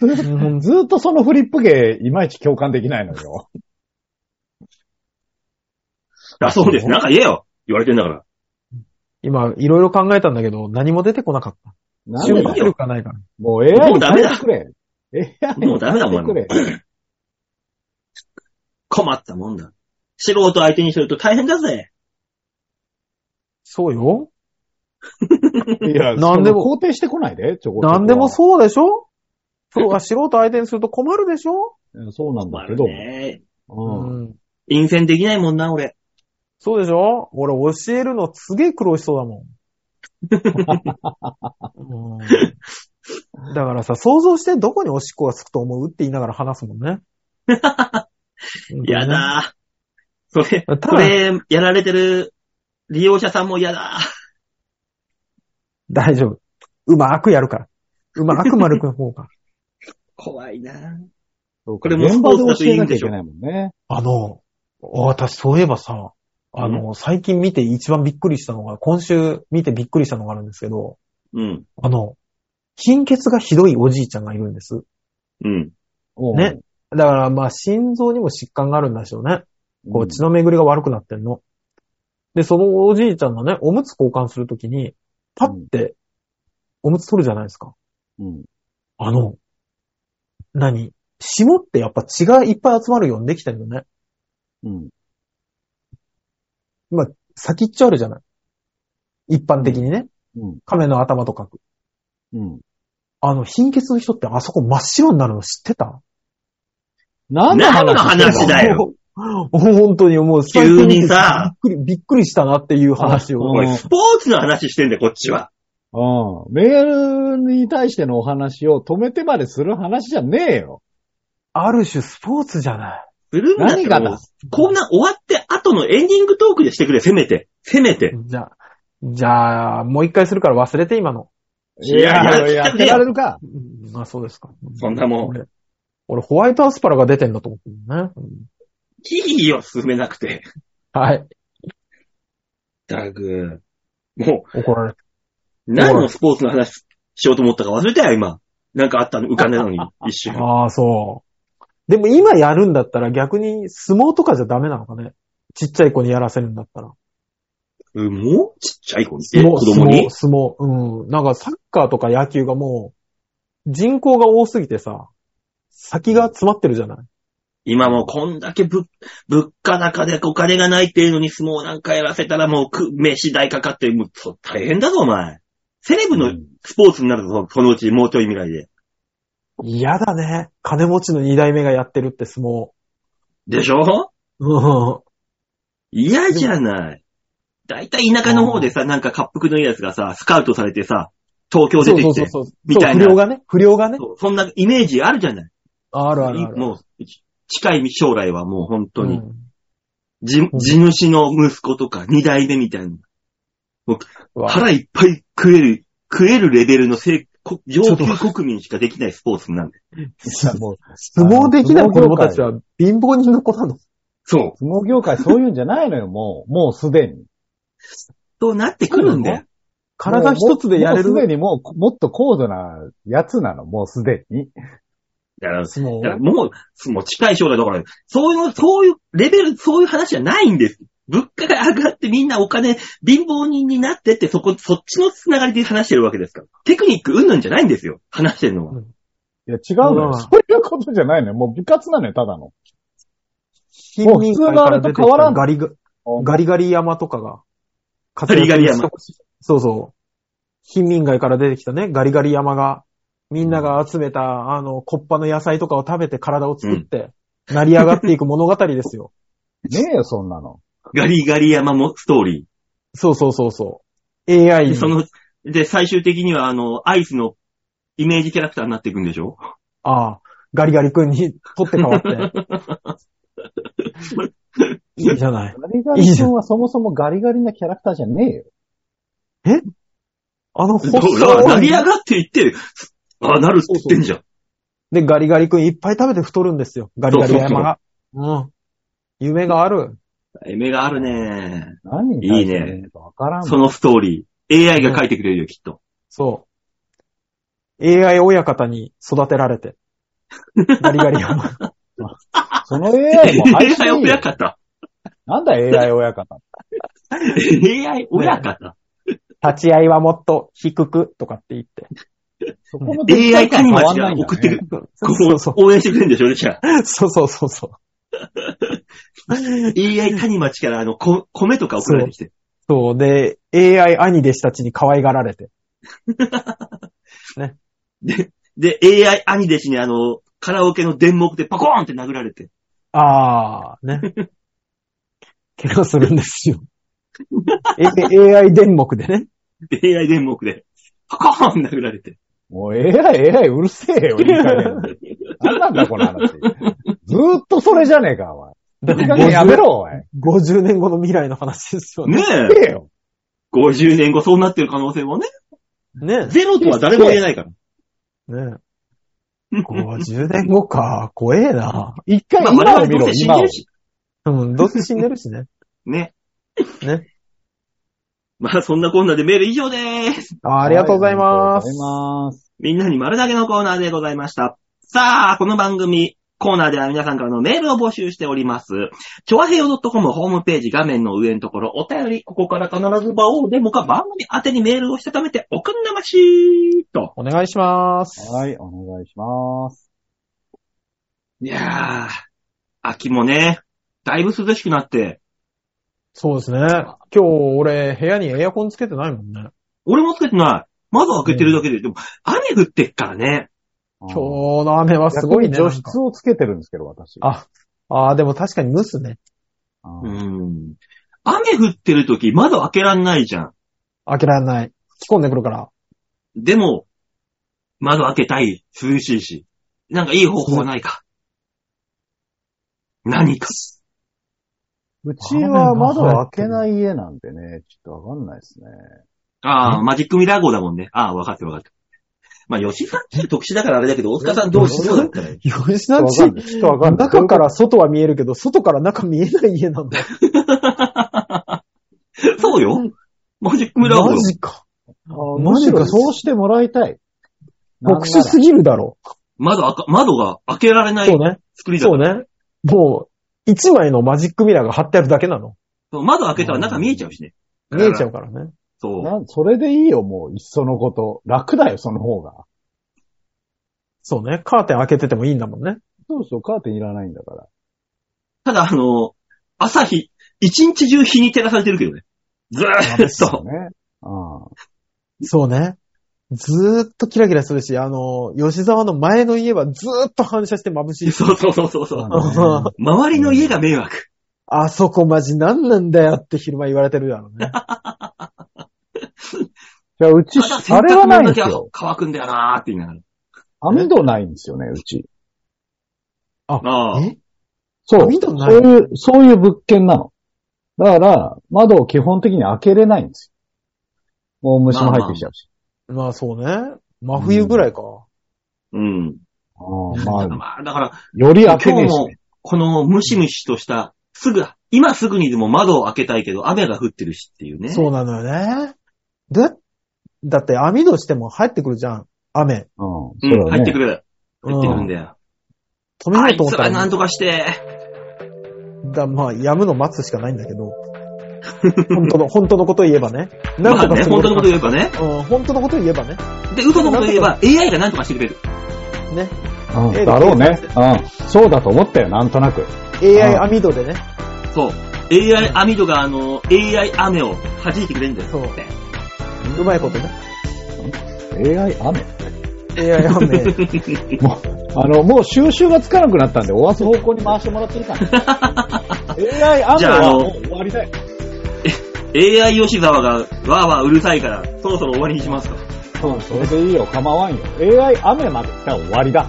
S3: もうずーっとそのフリップ芸、いまいち共感できないのよ。
S1: ゃん。あ、そうです。 なんか言えよ。言われてんだから。
S2: 今、いろいろ考えたんだけど、何も出てこなかった。
S3: な
S1: で
S3: ん
S1: だ
S3: で
S1: よ
S2: 出てるかないか。
S3: もう AI
S1: もう
S3: に
S1: ダメ
S3: 変え
S1: だ
S3: てくれ。AI に
S1: もうダメだ
S3: 変えてくれ。
S1: 困ったもんだ。素人相手にすると大変だぜ。
S2: そうよ。
S3: いや、
S2: なんでも
S3: その肯定してこないで、ちょこちょこは
S2: 何でもそうでしょプロは素人相手にすると困るでしょ
S3: うん。そうなんだけど。
S1: ね
S3: うん。
S2: うん
S1: 陰線できないもんな、俺。
S2: そうでしょ俺教えるのすげえ苦労しそうだもん。うんだからさ、想像してどこにおしっこがつくと思うって言いながら話すもんね。
S1: やだー。それ、
S2: ただ
S1: これ、やられてる利用者さんも嫌だ
S2: 大丈夫。うまくやるから。うまく丸くん方が。
S1: 怖いな
S3: こ
S1: これも
S3: 現場で教えなきゃいけないもんね。
S2: あの、私そういえばさ、あの、最近見て一番びっくりしたのが、今週見てびっくりしたのがあるんですけど、
S1: うん。
S2: あの、貧血がひどいおじいちゃんがいるんです。
S1: うん。
S3: うん
S2: ね。だからまあ心臓にも疾患があるんでしょうね。
S3: うん
S2: こう血の巡りが悪くなってんの。で、そのおじいちゃんがね、おむつ交換するときに、パッて、おむつ取るじゃないですか。
S3: うん。
S2: あの、何霜ってやっぱ血がいっぱい集まるようにできてるのね。
S3: うん。
S2: 先っちょあるじゃない。一般的にね。
S3: うん。
S2: 亀の頭とかく。
S3: うん。
S2: あの、貧血の人ってあそこ真っ白になるの知ってた
S3: 何の話
S1: 何の話だよ
S2: もう本当にもう、
S1: 急にさ
S2: びっくり、びっくりしたなっていう話を。
S1: おい、スポーツの話してんだよ、こっちは。
S3: うん。メールに対してのお話を止めてまでする話じゃねえよ。
S2: ある種スポーツじゃない。
S1: するんだったら
S3: 何が
S1: も
S3: だ
S1: うこんな終わって後のエンディングトークでしてくれ、せめて。せめて。
S2: じゃあ、じゃあ、もう一回するから忘れて今の。
S1: いや
S3: いや
S1: や
S3: や
S1: っ
S3: って
S1: ねえよ
S3: てられるか。
S2: うんまあそうですか。
S1: そんなもん
S2: 俺、俺ホワイトアスパラが出てんだと思ってるね。うん
S1: いいよ、進めなくて。
S2: はい。
S1: だぐも
S2: 怒られた。
S1: う、何のスポーツの話しようと思ったか忘れたよ、今。なんかあったの、浮かんだ のに、一瞬。
S2: ああ、そう。でも今やるんだったら逆に相撲とかじゃダメなのかね。ちっちゃい子にやらせるんだったら。
S1: うんもうちっちゃい子に。え
S2: 相撲、
S1: 子供に
S2: 相撲、相撲。うん。なんかサッカーとか野球がもう、人口が多すぎてさ、先が詰まってるじゃない。
S1: 今もうこんだけぶ、物価高でお金がないっていうのに相撲なんかやらせたらもうく、飯代かかって、もうそ大変だぞお前。セレブのスポーツになるぞ、このうちもうちょい未来で。
S2: 嫌だね。金持ちの二代目がやってるって相撲。
S1: でしょ
S2: うん。
S1: 嫌じゃない。だいたい田舎の方でさ、なんか滑腹のいいやつがさ、スカウトされてさ、東京
S2: そ
S1: 出
S2: う
S1: て
S2: そう
S1: き
S2: そう
S1: て、
S2: そう。
S1: みたいな
S2: そう不良がね。不良がね。
S1: そうそんなイメージあるじゃない。
S2: あるあるある。
S1: もう、近い将来はもう本当に、
S2: うん
S1: 地地主の息子とか二代目みたいな。
S2: うわ
S1: 腹いっぱい食える、食えるレベルのせいこ上級国民しかできないスポーツなんで。
S3: もう
S2: 相撲できない子供たち
S3: あ
S2: は貧乏人の子なの。
S1: そう。
S3: 相撲業界そういうんじゃないのよ、もう。もうすでに。
S1: そうなってくるんだよ。
S2: 体一つでやれ
S3: もうすで
S2: る。
S3: にもう、もっと高度なやつなの、もうすでに。
S1: だから、
S2: 相撲
S1: だからもう、もう近い将来だから、そういう、そういうレベル、そういう話じゃないんです。物価が上がってみんなお金、貧乏人になってって、そこ、そっちのつながりで話してるわけですから。テクニックうんなんじゃないんですよ。話してるのは。
S3: いや、違うの
S2: うん
S3: よ。そういうことじゃないのよ。もう部活なのよ、ただの。
S2: 貧
S3: もう
S2: 民
S3: 普通
S2: 会
S3: の
S2: か
S3: あ
S2: ら
S3: れ
S2: 出
S3: と
S2: て
S3: 変
S2: き
S3: わら
S2: た
S3: ん
S2: ガリガガリガリ山とかが。
S1: ガリガリ山。
S2: そうそう。貧民街から出てきたね、ガリガリ山が、みんなが集めた、あの、コッパの野菜とかを食べて体を作って、成り上がっていく物語ですよ。
S3: ねえよ、そんなの。
S1: ガリガリ山もストーリ
S2: そうそうそうそう。AI
S1: ー。
S2: に
S1: その、で、最終的にはあの、アイスのイメージキャラクターになっていくんでしょ
S2: ああ、ガリガリ君に取って変わって。 いいじゃない。
S3: ガリガリ君はそもそもガリガリなキャラクターじゃねえよ。
S2: あの
S1: ほ
S2: 細
S1: ら、成り
S2: い。
S1: 上がっていってる。ああ、なるって言ってんじゃん。
S2: で、ガリガリ君いっぱい食べて太るんですよ。ガリガリ山が。うん。夢がある。
S1: 夢があるね。
S3: 何に対して言うのかわからんもん
S1: そのストーリー。AI が書いてくれるよ、きっと。
S2: そう。AI 親方に育てられ て。ガリガリ山。
S3: その AI も配
S1: AI
S3: 信
S1: 親方。
S3: なんだ AI 親方。
S1: AI 親方。
S2: 立ち合いはもっと低くとかって言って。
S3: そこの
S1: AI カニマ
S3: わ
S1: チが
S3: んないんだね
S1: 送ってくる。
S2: そうそうそう。
S1: 応援してくれるんでしょ、じゃあ。
S2: そうそうそうそう。
S1: AI カニマチから、あの、こ米とか送られてきて。
S2: そう。で、AI 兄弟子たちに可愛がられて。
S1: で、で、AI 兄弟子にあの、カラオケの電目でパコーンって殴られて。
S2: あー、 ね。怪我するんですよ。A- AI 電目で ね。
S1: で AI 電目で、パコーン殴られて。
S3: もう AI、AI うるせえよ、いい加減。なんなんだ、この話。ずーっとそれじゃねえか、お
S2: だ
S3: い。いい
S2: から
S3: 加減やめろ、おい。
S2: 50年後の未来の話ですよね。
S1: ね
S3: うる
S1: え。
S3: せえよ。
S1: 50年後そうなってる可能性もね。
S2: ね
S1: ゼロとは誰も言えないから。
S2: ね50年後か。怖えな。
S3: 一回
S1: まあ、
S3: 今
S1: 我
S3: を見
S1: 々ど
S3: ろ
S1: うせ、死ん
S3: 今
S1: で
S3: を
S1: る。し。
S2: うん、どうせ死んでるしね。
S1: ね。
S2: ね。
S1: まあ、そんなこんなでメール以上でーす。
S2: あーありがとうございます。
S3: ありがとうございます。
S1: みんなに丸投げのコーナーでございました。さあ、この番組、コーナーでは皆さんからのメールを募集しております。ちょわへよ .com ホームページ画面の上のところ、お便り、ここから必ず場をデモか番組宛てにメールをしたためて、おくんなましーと。
S2: お願いします。
S3: はい、お願いします。
S1: いやー、秋もね、だいぶ涼しくなって、
S2: そうですね。今日俺、部屋にエアコンつけてないもんね。
S1: 俺もつけてない。窓開けてるだけで、でも、雨降ってっからね。
S2: 今日の雨はすごいね。
S3: 逆に除
S2: なんか
S3: 湿をつけてるんですけど、私。
S2: あああ、でも確かに蒸すね。
S3: あ
S1: う
S3: ー、
S1: ん。雨降ってる時、窓開けらんないじゃん。
S2: 開けられない。着込んでくるから。
S1: でも、窓開けたい。涼しいし。なんかいい方法はないか。何か。
S3: うちは窓を開けない家なんでね、ちょっとわかんないですね。
S1: ああ、マジックミラー号だもんね。ああ、わかってるわかってる。まあ、吉さんって特殊だからあれだけど、大塚さんどう しそうだったらいい。
S2: 吉
S3: ちょ
S2: 田
S3: っとわかん
S2: ち、
S3: ない。ちょっとわかんない。
S2: 中から外は見えるけど、外から中見えない家なんだ。
S1: そうよ。マジックミラー号
S2: マ
S1: よ。
S2: ジか。
S3: あー
S2: マ
S3: む
S2: ジ
S3: し
S2: か
S3: ろそうしてもらいたい。
S2: 特殊す
S3: ぎ
S2: ぎるだろ。
S1: 窓開か、窓が開けられない
S2: そうね。
S1: 作りだ
S2: そ
S1: か
S2: う
S1: ら。
S2: ね。もう、一枚のマジックミラーが貼ってあるだけなの。
S1: そう窓開けたら中見えちゃうしね。
S2: 見えちゃ
S1: う。
S2: うからね。
S1: そう。
S3: なんそれでいいよ、もう、いっそのこと。楽だよ、その方が。
S2: そうね。カーテン開けててもいいんだもんね。
S3: そうそう、カーテンいらないんだから。
S1: ただ、あの、朝日、一日中日に照らされてるけどね。ずーっと。
S3: ね。あ
S2: そうね。ずーっとキラキラするし、あの、吉沢の前の家はずーっと反射して眩し い。
S1: そうそうそうそうそう、
S3: あそうね
S1: 周りの家が迷惑。
S2: あそこマジ何なんだよって昼間言われてるやろ ね。
S3: じゃあ、うち
S1: ただ、洗
S3: あれ
S1: 濯
S3: はない
S1: 物だ
S3: んです
S1: けは
S3: よ。
S1: 乾くんだよなーって言いながら。
S3: 網戸ないんですよね、うち。
S1: ああ。
S2: え
S3: そう。
S2: 網戸ない
S3: そういう、そういう物件なの。だから、窓を基本的に開けれないんですよ。もう虫も入ってきちゃうし。
S2: まあそうね。真冬ぐらいか。
S1: うん。
S3: あ
S1: だ
S3: あ
S1: から
S3: まあ、
S1: まあ、だから、
S3: より開け
S1: 今
S3: ね
S1: 日
S3: えし
S1: も
S3: ね。、
S1: このムシムシとした、すぐ、今すぐにでも窓を開けたいけど、雨が降ってるしっていうね。
S2: そうなのよね。で、だって網戸しても入ってくるじゃん。雨。
S3: うん、そううだ
S1: ん、入って
S3: ね
S1: く。る。
S2: うん
S1: 入ってくるんだよ。
S2: 止めよ
S1: あ
S2: う
S1: い
S2: と思
S1: つ
S2: った
S1: らな
S2: ら
S1: ん、とかして。
S2: だまあ、やむの待つしかないんだけど。 本当の、本当のことを言えばね。なん
S1: まあ
S2: とか
S1: ね、
S2: する
S1: 本当のこと言えばね。
S2: うん、本当のことを言えばね。
S1: で、嘘のこと言えば、AI がなんとかしてくれる。
S2: ね。
S3: うん、だろうね。うん。そうだと思ったよ、なんとなく。
S2: AI
S3: ああ
S2: 網戸でね。
S1: そう。AI 網戸があの、AI 雨を弾いてくれるんだよ。
S2: そう
S1: って
S2: うまいことね。
S3: AI 雨
S2: AI 網戸。
S3: もう、あの、もう収集がつかなくなったんで、終わす方向に回してもらっていいか な。AI 雨
S1: じゃああ
S3: は
S1: の
S3: もう終わりだよ。
S1: AI 吉沢がわーわーうるさいから、そろそろ終わりにしますか。
S3: うん、それでいいよ、構わんよ。AI 雨まで来たら終わりだ。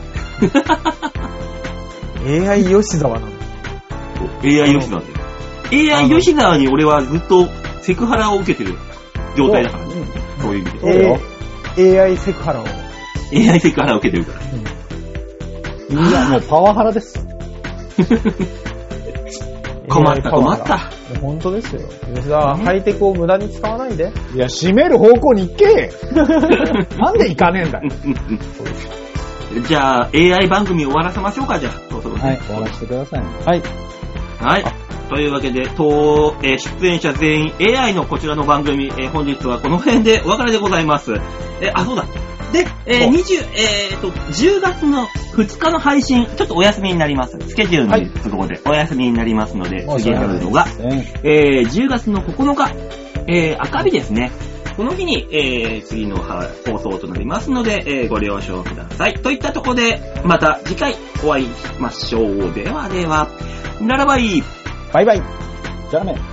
S2: AI 吉沢なの。
S1: AI 吉沢で。AI 吉沢に俺はずっとセクハラを受けてる状態だからね。
S3: そう
S1: そうそういう意味で。
S3: そうよ
S2: A- AI セクハラを。
S1: AI セクハラを受けてるから。
S3: いや、もうパワハラです。
S1: 困った
S2: AI パワ
S1: 困
S2: ハ
S1: っ
S2: ラ
S1: た。。
S2: いや本当ですよ。吉沢、ハイテクを無駄に使わないで。
S3: いや、閉める方向に 行けなんで行かねえんだよ。
S1: じゃあ、AI 番組終わらせましょうか、じゃあ。そうそう
S3: はい、終わらせてください、ね。
S2: はい。
S1: はい。というわけで、当、えー出演者全員 AI のこちらの番組、えー本日はこの辺でお別れでございます。えーあ、そうだ。で、えー、
S3: お
S1: 20、えーと、10月の2日の配信、ちょっとお休みになります。スケジュール
S3: はい
S1: の都合でお休みになりますので、次やるのが、
S3: ね
S1: えー10月の9日、えー赤日ですね。この日に、えー次のは放送となりますので、えーご了承ください。といったところで、また次回お会いしましょう。ではでは、ならばいい。
S3: バイバイ。じゃあね。